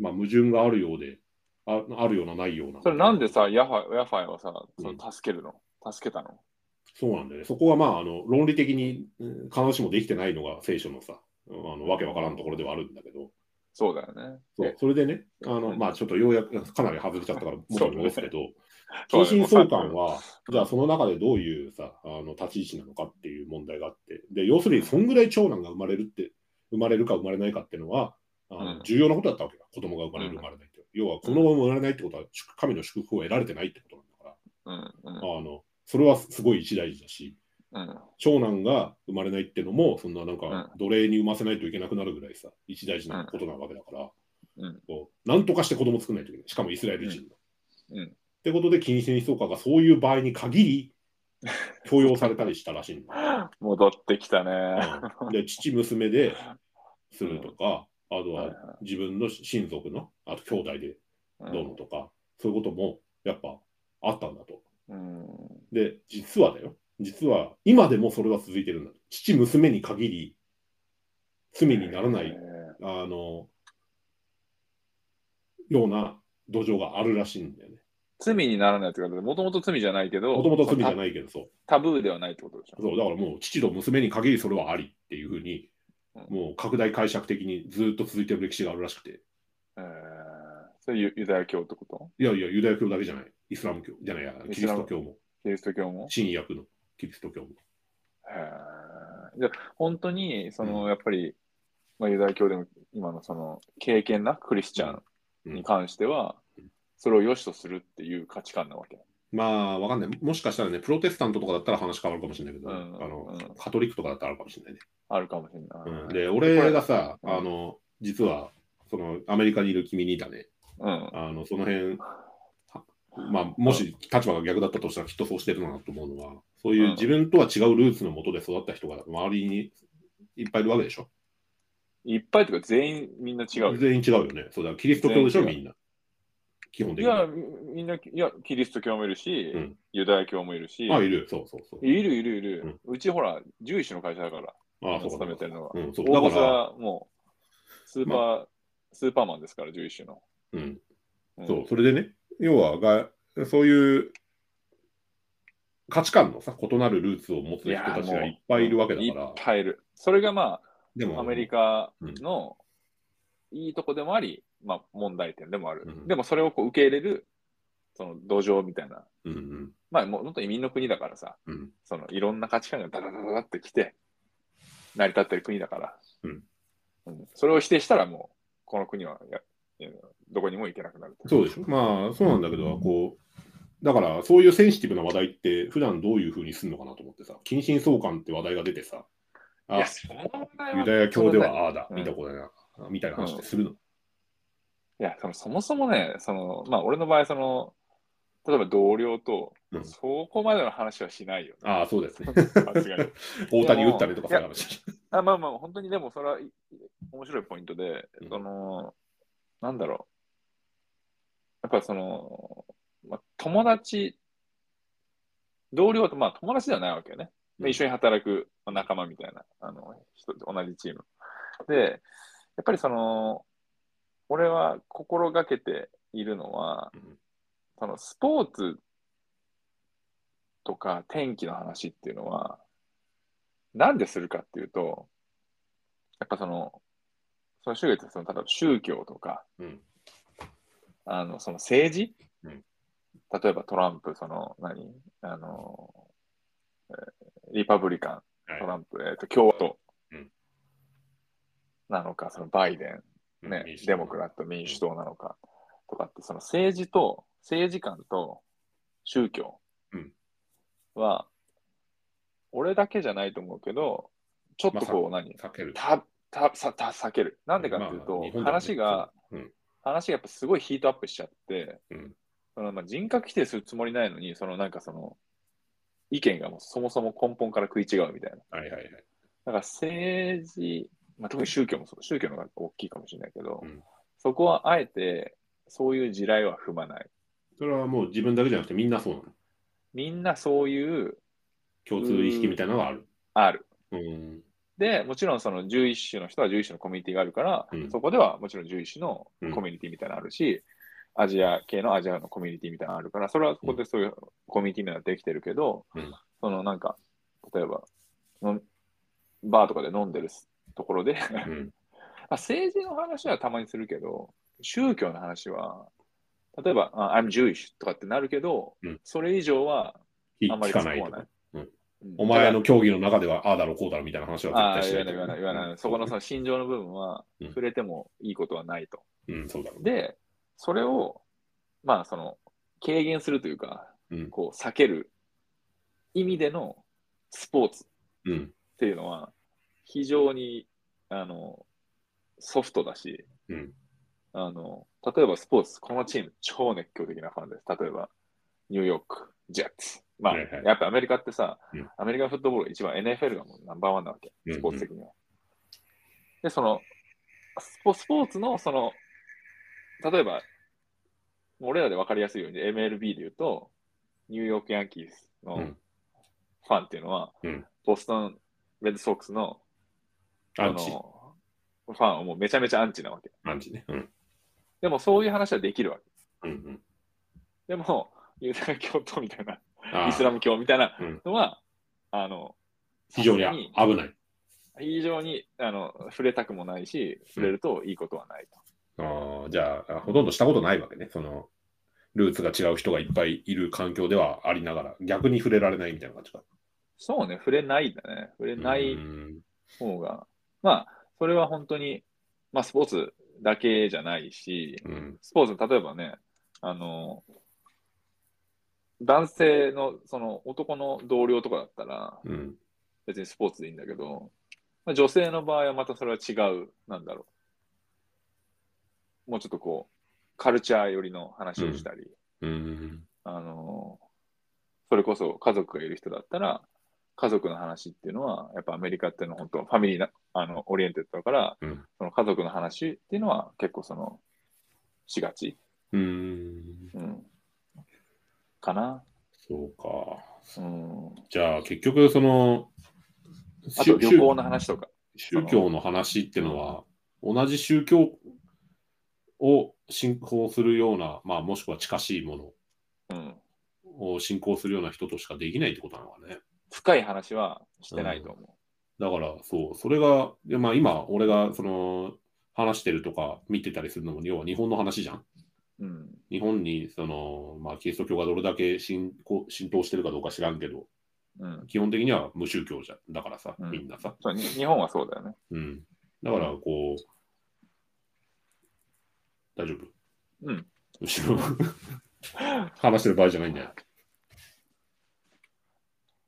Speaker 2: まあ、矛盾があるようであ、あるような、ないような。
Speaker 1: それなんでさ、ヤファヤファイはさ、
Speaker 2: うん
Speaker 1: その助けるの助けたの
Speaker 2: そうなんだよね。そこはまあ、あの論理的にうん必ずしもできてないのが聖書のさ、あのわけわからんところではあるんだけど、
Speaker 1: そうだよね。
Speaker 2: そう
Speaker 1: え
Speaker 2: それでね、あの
Speaker 1: うん
Speaker 2: まあ、ちょっとようやくかなり外れちゃったから、元に戻すけど、
Speaker 1: そう
Speaker 2: 近
Speaker 1: だね
Speaker 2: 親相関は、じゃあその中でどういうさ、あの立ち位置なのかっていう問題があって、で要するに、そんぐらい長男が生まれるって、生まれるか生まれないかっていうのは、あの
Speaker 1: うん
Speaker 2: 重要なことだったわけだ。子供が生まれる、生まれないって。要は、子供が生まれないってことは、祝神の祝福を得られてないってことなんだから。
Speaker 1: うんうん
Speaker 2: あのそれはすごい一大事だし、
Speaker 1: うん。
Speaker 2: 長男が生まれないってのも、そんななんか奴隷に産ませないといけなくなるぐらいさ、一大事なことなわけだから、
Speaker 1: うん
Speaker 2: こうなんとかして子供作らないといけない、しかもイスラエル人の。
Speaker 1: うんうん
Speaker 2: ってことで、近親相関がそういう場合に 限り、強要されたりしたらしいんだ。
Speaker 1: 戻ってきたね。
Speaker 2: うん で、父、娘でするとか、あと
Speaker 1: はいはい
Speaker 2: は自分の親族の、あと兄弟でどうのとか、そういうこともやっぱあったんだと。
Speaker 1: うん。
Speaker 2: で、実はだよ。実は、今でもそれは続いてるんだ。父、娘に限り、罪にならな
Speaker 1: へ
Speaker 2: い、あの、ような土壌があるらしいんだよね。
Speaker 1: 罪にならないってことで、もともと罪じゃないけど、
Speaker 2: もともと罪じゃ
Speaker 1: い
Speaker 2: ないけど、そう。
Speaker 1: タ。タブーではないってことでしょ。
Speaker 2: そう、だからもう、父と娘に限りそれはありっていうふうに
Speaker 1: うん、
Speaker 2: もう拡大解釈的にずっと続いてる歴史があるらしくて、
Speaker 1: えー、それユユダヤ教ってこと
Speaker 2: いやいや、ユダヤ教だけじゃない、イスラム教じゃないや、
Speaker 1: イ
Speaker 2: キ
Speaker 1: ス
Speaker 2: リ
Speaker 1: ラ
Speaker 2: ス
Speaker 1: ム
Speaker 2: ト教も、
Speaker 1: キリスト教も
Speaker 2: 新約のキリスト教も。
Speaker 1: へーじゃあ本当に、その、
Speaker 2: う
Speaker 1: やっぱり、まあ、ユダヤ教でも今のその、経験なクリスチャンに関しては、それを良しとするっていう価値観なわけ。
Speaker 2: まあ、わかんない。もしかしたらね、プロテスタントとかだったら話変わるかもしれないけど、
Speaker 1: うん
Speaker 2: あの
Speaker 1: うん
Speaker 2: カトリックとかだったらあるかもしれないね。
Speaker 1: あるかもしれない。
Speaker 2: うん、で、俺がさ、
Speaker 1: うん
Speaker 2: あの、実は、その、アメリカにいる君にだね、
Speaker 1: うん。
Speaker 2: あの、その辺、はまあ、もし立場が逆だったとしたら、きっとそうしてるなと思うのは、そういう自分とは違うルーツのもとで育った人が周りにいっぱいいるわけでしょ。
Speaker 1: いっぱいというか、全員みんな違うよ。
Speaker 2: 全員違うよね。そうだ、キリスト教でしょ、
Speaker 1: 全員違
Speaker 2: み
Speaker 1: うん
Speaker 2: な。基本
Speaker 1: い
Speaker 2: 的に。
Speaker 1: や、
Speaker 2: あ、
Speaker 1: みみんな、いや、キリスト教もいるし、
Speaker 2: うん
Speaker 1: ユダヤ教もいるし、
Speaker 2: いる。そうそうそう。
Speaker 1: いるいるいる、うちほら、獣医師の会社だから、
Speaker 2: あ、そうか
Speaker 1: 勤めてるのは。
Speaker 2: うん、そう。
Speaker 1: 大
Speaker 2: だ
Speaker 1: 御
Speaker 2: か
Speaker 1: 所
Speaker 2: ら、
Speaker 1: はもう、スーパー、スーパーマンですから、獣医師の。
Speaker 2: うん。
Speaker 1: うん
Speaker 2: そう、それでね、要はが、そういう価値観のさ、異なるルーツを持つ人たちがいっぱいいるわけだ
Speaker 1: い
Speaker 2: か
Speaker 1: っ
Speaker 2: ら、
Speaker 1: ぱいいる。それがま
Speaker 2: で
Speaker 1: あ、
Speaker 2: も、
Speaker 1: アメリ
Speaker 2: カ
Speaker 1: カのいいとこでもあり、まあ、問題点でもある。
Speaker 2: うん
Speaker 1: でも、それをこう受け入れる、その土壌みたいな。
Speaker 2: うんうん
Speaker 1: まあ、もう本当移民の国だからさ、
Speaker 2: うん
Speaker 1: そのいろんな価値観がダダダダダってきて、成り立ってる国だから、
Speaker 2: うん
Speaker 1: うんそれを否定したらもう、この国はやいやどこにも行けなくなる。
Speaker 2: そうでしょ。まあ、そうなんだけど、こう、だから、そういうセンシティブな話題って、普段どういうふうにするのかなと思ってさ、近親相関って話題が出てさ、
Speaker 1: い
Speaker 2: あ
Speaker 1: や、、その問題は
Speaker 2: ユダヤ教
Speaker 1: そ
Speaker 2: で
Speaker 1: の問題
Speaker 2: はああだ、
Speaker 1: うん
Speaker 2: 見たことないな、みたいな話ってするの。
Speaker 1: いや、そのそもそもね、その、まあ、俺の場合、その、例えば同僚と
Speaker 2: う、ん
Speaker 1: そこまでの話はしない よ、
Speaker 2: ああ、そうですね。
Speaker 1: さすがに。
Speaker 2: 大谷打ったりとかそういう話。
Speaker 1: あまあまあ、本当にでも、それはい面白いポイントで、
Speaker 2: うん
Speaker 1: その、なんだろう。やっぱその、まあ、友達、同僚と、まあ友達ではないわけよね。まあ一緒に働くまあ仲間みたいな、あの、人と同じチーム。で、やっぱりその、俺は心がけているのは、
Speaker 2: うん
Speaker 1: そのスポーツとか天気の話っていうのは、なんでするかっていうと、やっぱその、その宗教ってその、例えば宗教とか、
Speaker 2: うん
Speaker 1: あの、その政治、
Speaker 2: うん
Speaker 1: 例えばトランプ、その、何あの、えーリパブリカン、
Speaker 2: はい
Speaker 1: トランプ、えっ、と、共和党、
Speaker 2: うん
Speaker 1: なのか、そのバイデン、
Speaker 2: うん
Speaker 1: ね
Speaker 2: 民主、党
Speaker 1: デモクラット、民主党なのかとかって、その政治と、政治観と宗教
Speaker 2: うん
Speaker 1: は、俺だけじゃないと思うけど、ちょっとこう何、
Speaker 2: 避ける。
Speaker 1: た、た、さ、た、避ける。なんでかっていうと、
Speaker 2: まあ日本ではね
Speaker 1: 話が、
Speaker 2: うん
Speaker 1: 話がやっぱすごいヒートアップしちゃって、
Speaker 2: うん
Speaker 1: そのまあ、人格否定するつもりないのに、そのなんかその、意見がもうそもそも根本から食い違うみたいな。
Speaker 2: はいはいはい。
Speaker 1: だから政治、まあ、特に宗教もそう、宗教の方が大きいかもしれないけど、
Speaker 2: うん
Speaker 1: そこはあえて、そういう地雷は踏まない。
Speaker 2: それはもう自分だけじゃなくてみんなそうなの。
Speaker 1: みんなそういう、
Speaker 2: 共通意識みたいなのがある。
Speaker 1: ある。
Speaker 2: うん。
Speaker 1: で、もちろんその11種の人は11種のコミュニティがあるから、
Speaker 2: うん
Speaker 1: そこではもちろん11種のコミュニティみたいなのあるし、アジア系のアジアのコミュニティみたいなのあるから、それはそこでそういうコミュニティみたいなのができてるけど、
Speaker 2: うん
Speaker 1: そのなんか、例えば、のバーとかで飲んでるところで、
Speaker 2: うん。
Speaker 1: まあ政治の話はたまにするけど、宗教の話は、例えば、あ I'm Jewish とかってなるけど、
Speaker 2: うん
Speaker 1: それ以上は
Speaker 2: 聞
Speaker 1: あんまり
Speaker 2: 聞かないと
Speaker 1: そうは
Speaker 2: か
Speaker 1: な。
Speaker 2: うん
Speaker 1: うん
Speaker 2: お前の競技の中ではああだろうこうだろうみたいな話
Speaker 1: あ
Speaker 2: は
Speaker 1: あ
Speaker 2: 絶
Speaker 1: 言わ
Speaker 2: 対し
Speaker 1: な
Speaker 2: ないい
Speaker 1: 言
Speaker 2: と。
Speaker 1: わない言わない。そこのその心情の部分は
Speaker 2: うん
Speaker 1: 触れてもいいことはないと。
Speaker 2: うん、そうだろう。
Speaker 1: で、それを、まあその、軽減するというか、
Speaker 2: うん
Speaker 1: こう避ける意味でのスポーツっ
Speaker 2: うん。
Speaker 1: ていうのは、非常に、あの、ソフトだし、
Speaker 2: うん
Speaker 1: あの、例えばスポーツ、このチーム超熱狂的なファンです。例えば、ニューヨーク、ジェッツ。まあ、
Speaker 2: はいはい
Speaker 1: やっぱアメリカってさ、
Speaker 2: うん
Speaker 1: アメリカンフットボール一番 NFL がもうナンバーワンなわけ。スポーツ的には。で、そのスポ、スポーツの、その、例えば、俺らで分かりやすいように MLB で言うと、ニューヨーク・ヤンキースの
Speaker 2: う
Speaker 1: フ
Speaker 2: ん
Speaker 1: ァンっていうのは、
Speaker 2: うん
Speaker 1: ボストン・レッドソックスの
Speaker 2: ア
Speaker 1: あ
Speaker 2: ンチ。
Speaker 1: のファンはもうめちゃめちゃアンチなわけ。
Speaker 2: アンチね。うん。
Speaker 1: でもそういう話はできるわけ。
Speaker 2: うんうん。
Speaker 1: でも、ユダヤ教徒みたいな、
Speaker 2: ああ
Speaker 1: イスラム教みたいな
Speaker 2: うん
Speaker 1: のは、あの、
Speaker 2: 非常に
Speaker 1: さすが
Speaker 2: あ危ない。
Speaker 1: 非常にあの触れたくもないし、触れるといいことはないと。
Speaker 2: ああじゃあ、ほとんどしたことないわけね。その、ルーツが違う人がいっぱいいる環境ではありながら、逆に触れられないみたいな感じか。
Speaker 1: そうね、触れないだね。触れな
Speaker 2: う
Speaker 1: い
Speaker 2: ん
Speaker 1: 方が、まあ、それは本当に、まあ、スポーツだけじゃないし、
Speaker 2: うん。
Speaker 1: スポーツ、例えばね、あの、男性の、その男の同僚とかだったら、
Speaker 2: うん。
Speaker 1: 別にスポーツでいいんだけど、まあ、女性の場合はまたそれは違う、なんだろう。もうちょっとこう、カルチャー寄りの話をしたり、
Speaker 2: うん。
Speaker 1: あの、それこそ家族がいる人だったら、家族の話っていうのは、やっぱアメリカっていうのは本当、ファミリーな、あの、オリエンテッドだから、
Speaker 2: うん
Speaker 1: その家族の話っていうのは結構その、しがち、
Speaker 2: うん。
Speaker 1: うん、かな。
Speaker 2: そうか。
Speaker 1: うん。
Speaker 2: じゃあ、結局、その、
Speaker 1: あと旅行の話とか。
Speaker 2: 宗教の話っていうのは、同じ宗教を信仰するような、まあ、もしくは近しいも
Speaker 1: うん。
Speaker 2: のを信仰するような人としかできないってことなのかね。
Speaker 1: 深い話はしてないと思う。
Speaker 2: だから、そう、それが、でまあ、今、俺がその話してるとか見てたりするのも、要は日本の話じゃん。
Speaker 1: うん。
Speaker 2: 日本にその、まあ、キリスト教がどれだけ信仰浸透してるかどうか知らんけど、
Speaker 1: うん。
Speaker 2: 基本的には無宗教じゃだからさ、
Speaker 1: うん
Speaker 2: みんなさ。
Speaker 1: そうに日本はそうだよね。
Speaker 2: うん。だから、こう、大丈夫
Speaker 1: うん。
Speaker 2: 後ろ 話してる場合じゃないんだよ。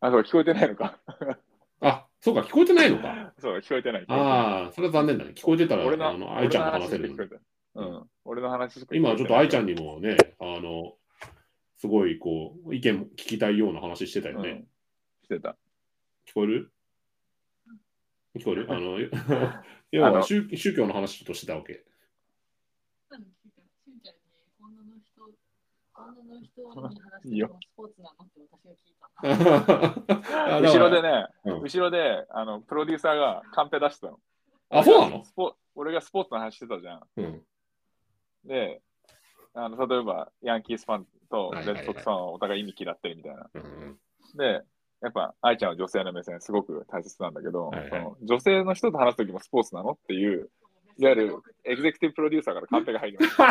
Speaker 1: あ、そう、聞こえてないのか。
Speaker 2: あ、そうか、聞こえてないのか。
Speaker 1: そう、 聞こえてない。
Speaker 2: ああ、それは残念だね。聞こえてたら、
Speaker 1: 俺の、
Speaker 2: あの、愛ちゃんも話せる
Speaker 1: 俺の話しか聞こえてないうん。俺の話しか聞こえ
Speaker 2: のに。
Speaker 1: てない
Speaker 2: 今、ちょっと愛ちゃんにもね、あの、すごい、こう、意見も聞きたいような話してたよね。
Speaker 1: うんしてた。
Speaker 2: 聞こえる聞こえるあ の、要は宗宗教の話ちょっとしてたわけ。
Speaker 3: 今の聞いたら、しゅんちゃんに女の人、女の人に話
Speaker 1: いい
Speaker 3: して
Speaker 1: よ
Speaker 3: もスポーツなのって私が聞いた。
Speaker 2: あ
Speaker 1: 後ろで。ね、
Speaker 2: うん
Speaker 1: 後ろであのプロデューサーがカンペ出してたの。
Speaker 2: あ、そうなの
Speaker 1: スポ俺がスポーツの話してたじゃん。
Speaker 2: うん。
Speaker 1: で、あの例えばヤンキースファンと
Speaker 2: はいはい
Speaker 1: レ
Speaker 2: はい
Speaker 1: ッドソックスファンはお互い意味嫌ってるみたいな。
Speaker 2: うん
Speaker 1: で、やっぱ愛ちゃんは女性の目線すごく大切なんだけど、
Speaker 2: はいはい
Speaker 1: その女性の人と話すときもスポーツなのっていう、いわゆるエグゼクティブプロデューサーからカンペが入り ました。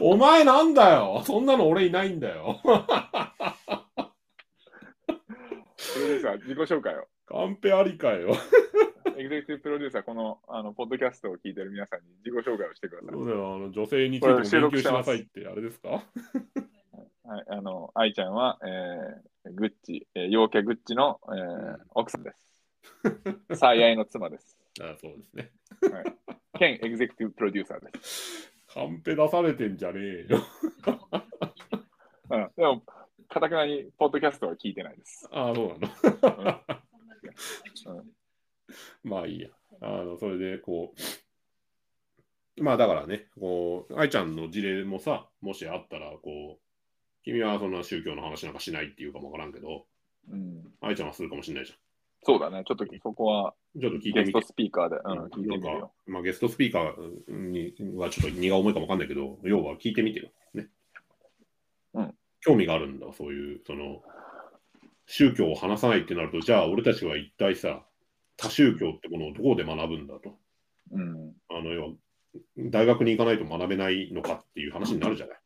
Speaker 2: お前なんだよそんなの俺いないんだよ。
Speaker 1: プロデューサー自己紹介を。
Speaker 2: カンペありかよ。
Speaker 1: エグエグゼクティブプロデューサー、この、あの、ポッドキャストを聞いてる皆さんに自己紹介をしてください。
Speaker 2: そうだよ、あの女性についても研究しなさいって、あれですか
Speaker 1: はい、あの、愛ちゃんは、えー、グッチ、えー、陽キャグッチの、えー
Speaker 2: うん
Speaker 1: 奥さんです。最愛の妻です。
Speaker 2: あそうですね。
Speaker 1: 兼エグゼクティブプロデューサーです。
Speaker 2: カンペ出されてんじゃねえよ。
Speaker 1: うん、でも、かたくなに、ポッドキャストは聞いてないです。
Speaker 2: ああ、そうなの。まあいいや。あの、それで、こう、まあだからね、こう、愛ちゃんの事例もさ、もしあったら、こう、君はそんな宗教の話なんかしないっていうかもわからんけど、
Speaker 1: うん、
Speaker 2: 愛ちゃんはするかもしれないじ
Speaker 1: そうだね、ちょっとそこは、
Speaker 2: ゃん。ちょっと聞い
Speaker 1: ゲ
Speaker 2: てみ
Speaker 1: ス
Speaker 2: て
Speaker 1: ト。スピーカーで、うん、聞いてみる
Speaker 2: なんか
Speaker 1: よ。
Speaker 2: まあ、ゲストスピーカーにはちょっと荷が重いかもわかんないけど、要は聞いてみてよ。ね。
Speaker 1: うん。
Speaker 2: 興味があるんだ、そういう、その、宗教を話さないってなると、じゃあ俺たちは一体さ、多宗教ってものをどこで学ぶんだと。
Speaker 1: うん。
Speaker 2: あの要は大学に行かないと学べないのかっていう話になるじゃない。
Speaker 1: うん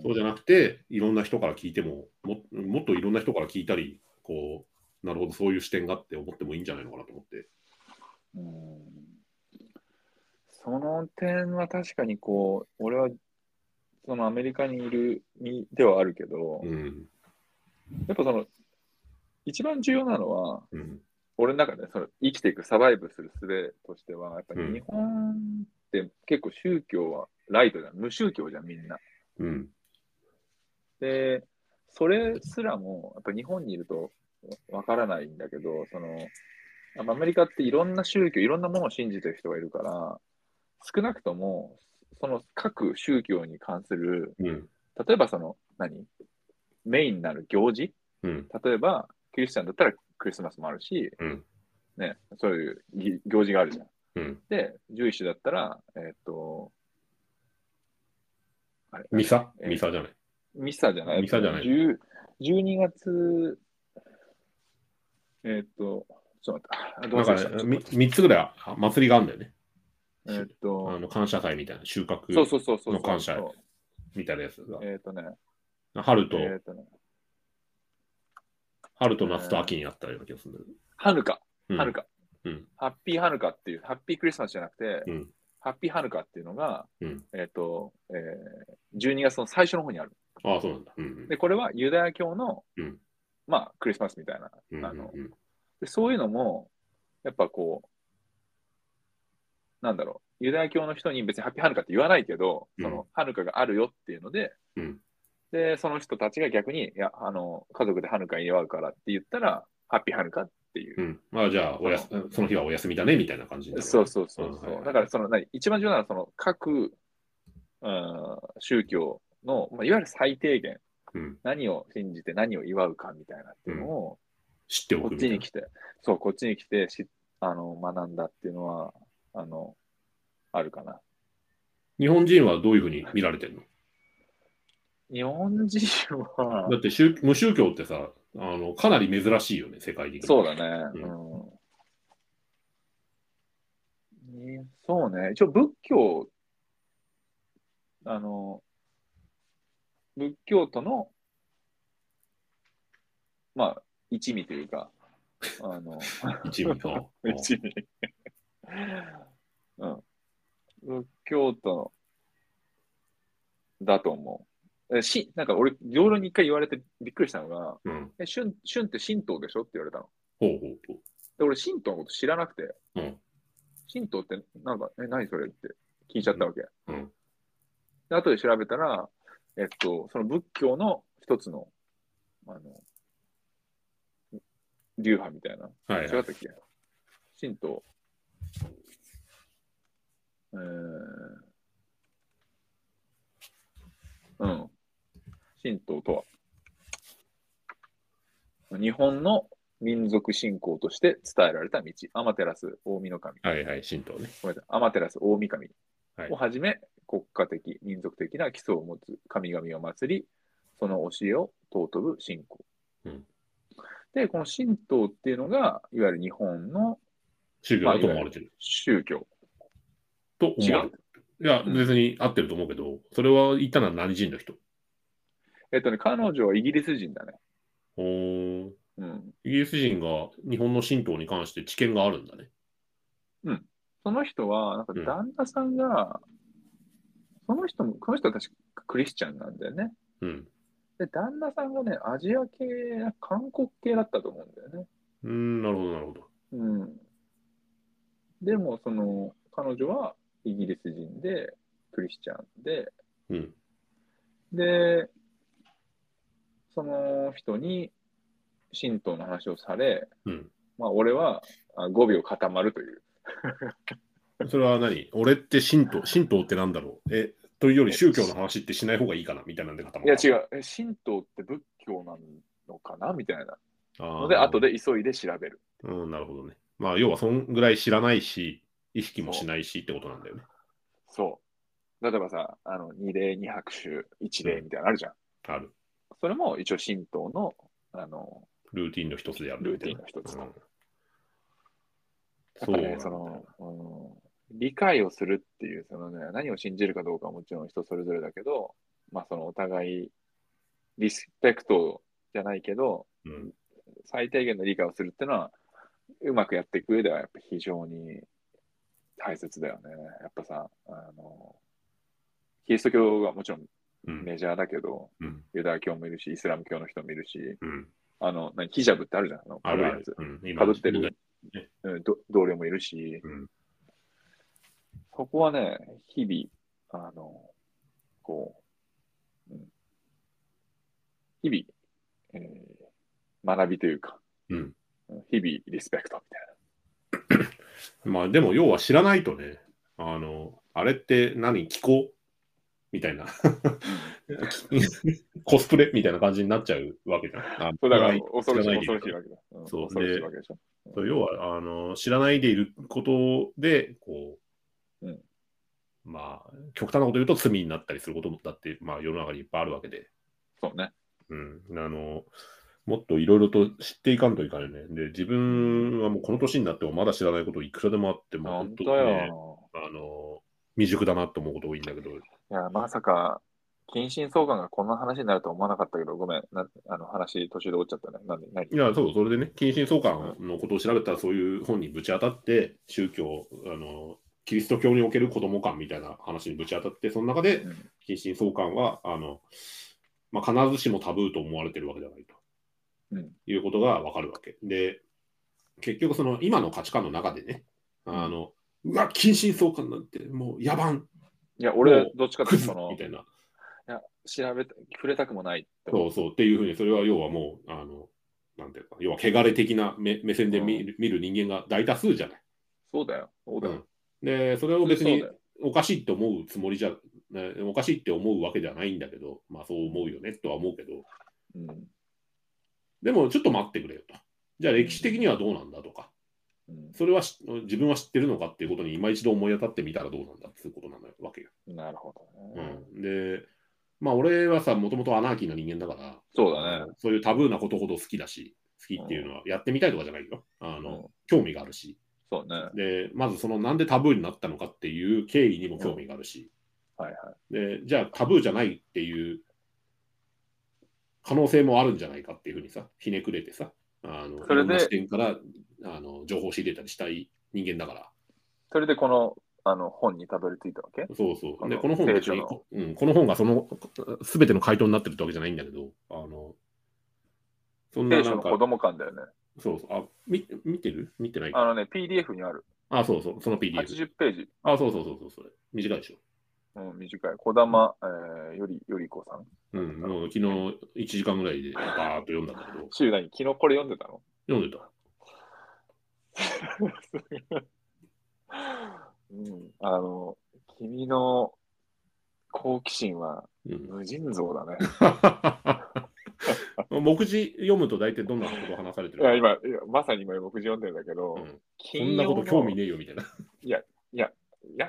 Speaker 2: そうじゃなくて、いろんな人から聞いても、ももっといろんな人から聞いたり、こう、なるほど、そういう視点があって思ってもいいんじゃないのかなと思って。
Speaker 1: うんその点は確かにこう、俺はそのアメリカにいる身ではあるけど、
Speaker 2: うん。
Speaker 1: やっぱその、一番重要なのは、
Speaker 2: うん。
Speaker 1: 俺の中でその生きていく、サバイブする術としては、やっぱり日本って結構宗教はライトじゃん、無宗教じゃん、みんな。
Speaker 2: うん。
Speaker 1: で、それすらも、やっぱ日本にいるとわからないんだけど、その、やっぱアメリカっていろんな宗教、いろんなものを信じてる人がいるから、少なくとも、その各宗教に関する、
Speaker 2: うん。
Speaker 1: 例えばその、何メインになる行事
Speaker 2: うん。
Speaker 1: 例えば、キリシタンだったらクリスマスもあるし、
Speaker 2: うん
Speaker 1: ね、そういうぎ行事があるじゃん。
Speaker 2: うん。
Speaker 1: で、ジュイシュだったら、えーっと、あれ
Speaker 2: ミサ
Speaker 1: えー
Speaker 2: ミサじゃない。
Speaker 1: ミサじゃない。
Speaker 2: ミサじゃない
Speaker 1: 10 12月、えーっと、ちょっと待ってあ。ど
Speaker 2: な
Speaker 1: うんし
Speaker 2: か
Speaker 1: ました
Speaker 2: ね、3つぐらいあ祭りがあるんだよね。
Speaker 1: えーっ
Speaker 2: あ
Speaker 1: と、
Speaker 2: の感謝祭みたいな、収穫
Speaker 1: そうそうそうそう。
Speaker 2: の感謝みたいなやつが。
Speaker 1: えーっとね、
Speaker 2: 春と、
Speaker 1: えーっとね、
Speaker 2: 春と夏と秋にあったような気がするんだけど。
Speaker 1: ハヌカ、
Speaker 2: うん
Speaker 1: ハヌカ。
Speaker 2: うん
Speaker 1: ハッピーハヌカっていう、ハッピークリスマスじゃなくて、
Speaker 2: うん
Speaker 1: ハッピーハヌカっていうのが、
Speaker 2: うん
Speaker 1: えっ、と、えー、12月の最初の方にある。
Speaker 2: ああ、そうなんだ。うん
Speaker 1: で、これはユダヤ教の、
Speaker 2: うん
Speaker 1: まあ、クリスマスみたいな。
Speaker 2: うん。
Speaker 1: あの
Speaker 2: うん
Speaker 1: でそういうのも、やっぱこう、なんだろう、ユダヤ教の人に別にハッピーハヌカって言わないけど、そ
Speaker 2: うん
Speaker 1: のハヌカがあるよっていうので、
Speaker 2: うん
Speaker 1: で、その人たちが逆に、いや、あの、家族でハヌカ祝うからって言ったら、ハッピーハヌカっていう
Speaker 2: うん。まあじゃあおやす、その日はお休みだねみたいな感じになる。
Speaker 1: そうそうそう
Speaker 2: うんはい
Speaker 1: そ。
Speaker 2: はいう
Speaker 1: だからその何一番重要なのはその各、うん、宗教の、まあ、いわゆる最低限
Speaker 2: うん。
Speaker 1: 何を信じて何を祝うかみたいなっていうのを、
Speaker 2: 知ってお
Speaker 1: こ
Speaker 2: く
Speaker 1: っ
Speaker 2: み
Speaker 1: ち
Speaker 2: たいな
Speaker 1: に来てそうこっちに来てしあの学んだっていうのはあのあるかな。
Speaker 2: 日本人はどういうふうに見られてるの
Speaker 1: 日本人は
Speaker 2: だって宗無宗教ってさあの、かなり珍しいよね、世界的 に。
Speaker 1: そうだね。
Speaker 2: う
Speaker 1: うん。ねそうね。一応仏教、あの、仏教徒の、まあ、一味というか、あの、
Speaker 2: 一味の。
Speaker 1: 一味。うん。仏教徒だと思う。えし、なんか俺、常連に一回言われてびっくりしたのが、
Speaker 2: うん。
Speaker 1: え、シュン、シュンって神道でしょって言われたの。
Speaker 2: ほうほうほう。
Speaker 1: で、俺、神道のこと知らなくて、
Speaker 2: うん
Speaker 1: 神道って、なんか、え、何それって聞いちゃったわけ。
Speaker 2: うん
Speaker 1: で、後で調べたら、えっと、その仏教の一つの、あの、流派みたいな。
Speaker 2: はい、
Speaker 1: 違
Speaker 2: は
Speaker 1: っ
Speaker 2: い。
Speaker 1: たっけ神道。えー、うん。神道とは、日本の民族信仰として伝えられた道、アマテラス大神神、
Speaker 2: はいはい、神道ね。
Speaker 1: ごめんなさい、アマテラス大神
Speaker 2: はい
Speaker 1: をはじめ、国家的、民族的な基礎を持つ神々を祭り、その教えを尊ぶ信仰。
Speaker 2: うん
Speaker 1: で、この神道っていうのが、いわゆる日本の
Speaker 2: 宗教だと思われてる。
Speaker 1: 宗教。
Speaker 2: と思われてる。いや、
Speaker 1: うん
Speaker 2: 別に合ってると思うけど、それは言ったのは何人の人
Speaker 1: えっとね、彼女はイギリス人だね。
Speaker 2: おー
Speaker 1: うん。
Speaker 2: イギリス人が日本の神道に関して知見があるんだね。
Speaker 1: その人は、なんか
Speaker 2: うん
Speaker 1: 旦那さんが、その人も、この人は確かクリスチャンなんだよね。
Speaker 2: うん。
Speaker 1: で、旦那さんがね、アジア系、韓国系だったと思うんだよね。
Speaker 2: うん、なるほど、なるほど。
Speaker 1: うん。でも、その、彼女はイギリス人で、クリスチャンで、
Speaker 2: うん。
Speaker 1: で、その人に神道の話をされ、
Speaker 2: うん。
Speaker 1: まあ、俺はあ語尾を固まるという。
Speaker 2: それは何俺って神 道、神道ってなんだろうえ、というより宗教の話ってしない方がいいかなみたいなんで固ま
Speaker 1: いや、違
Speaker 2: う。
Speaker 1: う。え神道って仏教なのかなみたいな。
Speaker 2: あ
Speaker 1: の
Speaker 2: ー
Speaker 1: で、後。で急いで調べる。
Speaker 2: うん、なるほどね。まあ、要はそんぐらい知らないし、意識もしないしってことなんだよね。
Speaker 1: そう。例えばさ、あの、二礼二拍手、一礼みたいなのあるじゃん。
Speaker 2: ある。
Speaker 1: それも一応神道の、あの、
Speaker 2: ルーティンの一つである。
Speaker 1: ルーティンの一つ
Speaker 2: うん
Speaker 1: やっ
Speaker 2: そ
Speaker 1: ぱ
Speaker 2: う
Speaker 1: ね、その、うん、理解をするっていう、そのね、何を信じるかどうかはもちろん人それぞれだけど、まあそのお互い、リスペクトじゃないけど、
Speaker 2: うん
Speaker 1: 最低限の理解をするってのは、うまくやっていく上ではやっぱ非常に大切だよね。やっぱさ、あの、キリスト教はもちろん
Speaker 2: うん
Speaker 1: メジャーだけど、
Speaker 2: うん
Speaker 1: ユダヤ教もいるし、イスラム教の人もいるし、
Speaker 2: うん
Speaker 1: あの、何ヒジャブってあるじゃん、あの、
Speaker 2: ある
Speaker 1: 被
Speaker 2: あ
Speaker 1: るや
Speaker 2: る
Speaker 1: つ。
Speaker 2: うん
Speaker 1: か
Speaker 2: 今
Speaker 1: ぶってる、
Speaker 2: ね
Speaker 1: うん、ど同僚もいるし、
Speaker 2: うん
Speaker 1: そこはね、日々、あの、こう、うん、日々、えー学びというか、
Speaker 2: うん
Speaker 1: 日々リスペクトみたい
Speaker 2: まあでも要は知らないとね、あの、あれって何気候みたいな。 コスプレみたいな感じになっちゃうわけじゃん。あ
Speaker 1: な。そうだから
Speaker 2: 知
Speaker 1: 恐ろしい、
Speaker 2: らない
Speaker 1: 恐ろしいわけだ。うん
Speaker 2: そう
Speaker 1: 恐ろしいわけでしょ。
Speaker 2: そう要はあの、知らないでいることで、こう、
Speaker 1: うん
Speaker 2: まあ、極端なこと言うと罪になったりすることもだって、まあ世の中にいっぱいあるわけで、
Speaker 1: そうね。
Speaker 2: うん、あの、もっといろいろと知っていかんといかんよね。で、自分はもうこの年になってもまだ知らないこといくらでもあって、もう
Speaker 1: 本
Speaker 2: 本当
Speaker 1: 当
Speaker 2: にね、
Speaker 1: よ。
Speaker 2: あの、未熟だなと思うこと多いんだけど、
Speaker 1: いや、まさか、近親相関がこんな話になるとは思わなかったけど、ごめん、なあの話途中で終わっちゃったね。なんで、何
Speaker 2: いや、そう、それでね、近親相関のことを調べたら、そういう本にぶち当たって、宗教、あの、キリスト教における子供観みたいな話にぶち当たって、その中で
Speaker 1: うん
Speaker 2: 近親相関は、あの、まあ、必ずしもタブーと思われてるわけじゃないと、
Speaker 1: うん
Speaker 2: いうことがわかるわけ。で、結局、その、今の価値観の中でね、あの、うわ、近親相関なんて、もう、野
Speaker 1: い
Speaker 2: 蛮、
Speaker 1: や、俺
Speaker 2: も、う
Speaker 1: どっちかって
Speaker 2: ク
Speaker 1: いう
Speaker 2: ズ
Speaker 1: と、その
Speaker 2: み、たいな、
Speaker 1: 調べて、触れたくもないって思
Speaker 2: そうそうっていうふうに、それは要はもう、あの、なんていうか、要は汚れ的な目目線で見る,、見る人間が大多数じゃない。
Speaker 1: そうだよ。そうだよ。
Speaker 2: で、それを別
Speaker 1: そう
Speaker 2: に
Speaker 1: だよ
Speaker 2: おかしいって思うつもりじゃ、ねおかしいって思うわけではないんだけど、まあそう思うよねとは思うけど、
Speaker 1: うん
Speaker 2: でもちょっと待ってくれよと。じゃあ歴史的にはどうなんだとか、
Speaker 1: う
Speaker 2: それはし自分は知ってるのかっていうことに今一度思い当たってみたらどうなんだっていうことなのよわけよ。
Speaker 1: ん。なるほどね。
Speaker 2: うん、で、まあ俺はさ、もともとアナーキーな人間だから、
Speaker 1: そうだね。
Speaker 2: そういうタブーなことほど好きだし、好きっていうのはやってみたいとかじゃないよ。あの、
Speaker 1: うん
Speaker 2: 興味があるし。
Speaker 1: そうね。
Speaker 2: で、まずそのなんでタブーになったのかっていう経緯にも興味があるし。
Speaker 1: はいはい。
Speaker 2: で、じゃあタブーじゃないっていう可能性もあるんじゃないかっていうふうにさ、ひねくれてさ、あの、
Speaker 1: それで
Speaker 2: いろんな視点からあの情報を仕入れたりしたい人間だから。
Speaker 1: それでこの、あの、本にたどり着いたわけ
Speaker 2: そうそう。で、
Speaker 1: あの
Speaker 2: この本別に
Speaker 1: 聖書
Speaker 2: うん、この本がその全ての回答になってるってわけじゃないんだけど、あの、そんな
Speaker 1: 聖
Speaker 2: な
Speaker 1: 書
Speaker 2: ん
Speaker 1: の
Speaker 2: か
Speaker 1: 子、供感だよね。
Speaker 2: そうそう、あ、み見てる見てない
Speaker 1: あのね、PDF にある。
Speaker 2: あ、そうそう、その PDF。
Speaker 1: 80ページ。
Speaker 2: あ、そうそうそうそう、それ。短いでしょ。
Speaker 1: うん、短い。小玉、えー、より、よりこさん。
Speaker 2: うん、もう昨日1時間ぐらいでバーッと読んだんだけど、
Speaker 1: 週内に昨日これ読んでたの
Speaker 2: 読んでた。
Speaker 1: うん。あの、君の好奇心は
Speaker 2: うん
Speaker 1: 無尽蔵 だね。
Speaker 2: 目次読むと大体どんなこと話されて
Speaker 1: い
Speaker 2: る
Speaker 1: や、今、いやまさに今、僕読んでんだけど、
Speaker 2: うんこ
Speaker 1: 金
Speaker 2: ん
Speaker 1: 曜
Speaker 2: な
Speaker 1: の
Speaker 2: こと興味ねえよみたいな。
Speaker 1: いや、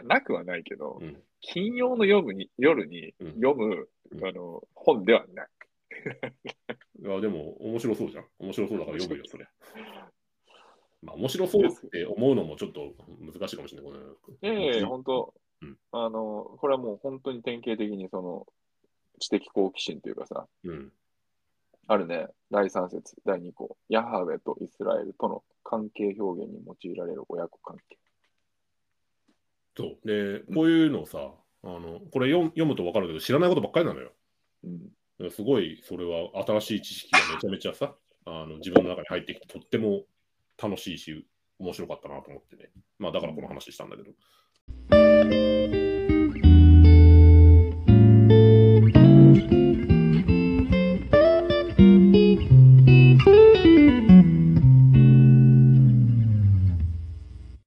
Speaker 1: なくはないけど、
Speaker 2: うん
Speaker 1: 金曜の夜に夜に
Speaker 2: うん
Speaker 1: 読む、
Speaker 2: うん
Speaker 1: あの本ではない。
Speaker 2: いや、でも面白そうじゃん。面白そうだから読むよ、それ。まあ、面白そうって思うのもちょっと難しいかもしれない。こ
Speaker 1: え
Speaker 2: の
Speaker 1: え本当、
Speaker 2: うん
Speaker 1: あの、これはもう本当に典型的にその知的好奇心というかさ、
Speaker 2: うん。
Speaker 1: あるね、第3節、第2項、ヤハウェとイスラエルとの関係表現に用いられる親子関係。
Speaker 2: そう。で、こういうのをさ、あのこれ読む読むと分かるけど、知らないことばっかりなのよ。
Speaker 1: うん。
Speaker 2: すごい、それは新しい知識がめちゃめちゃさ、あの自分の中に入ってきて、とっても楽しいし、面白かったなと思ってね。まあ、だからこの話したんだけど。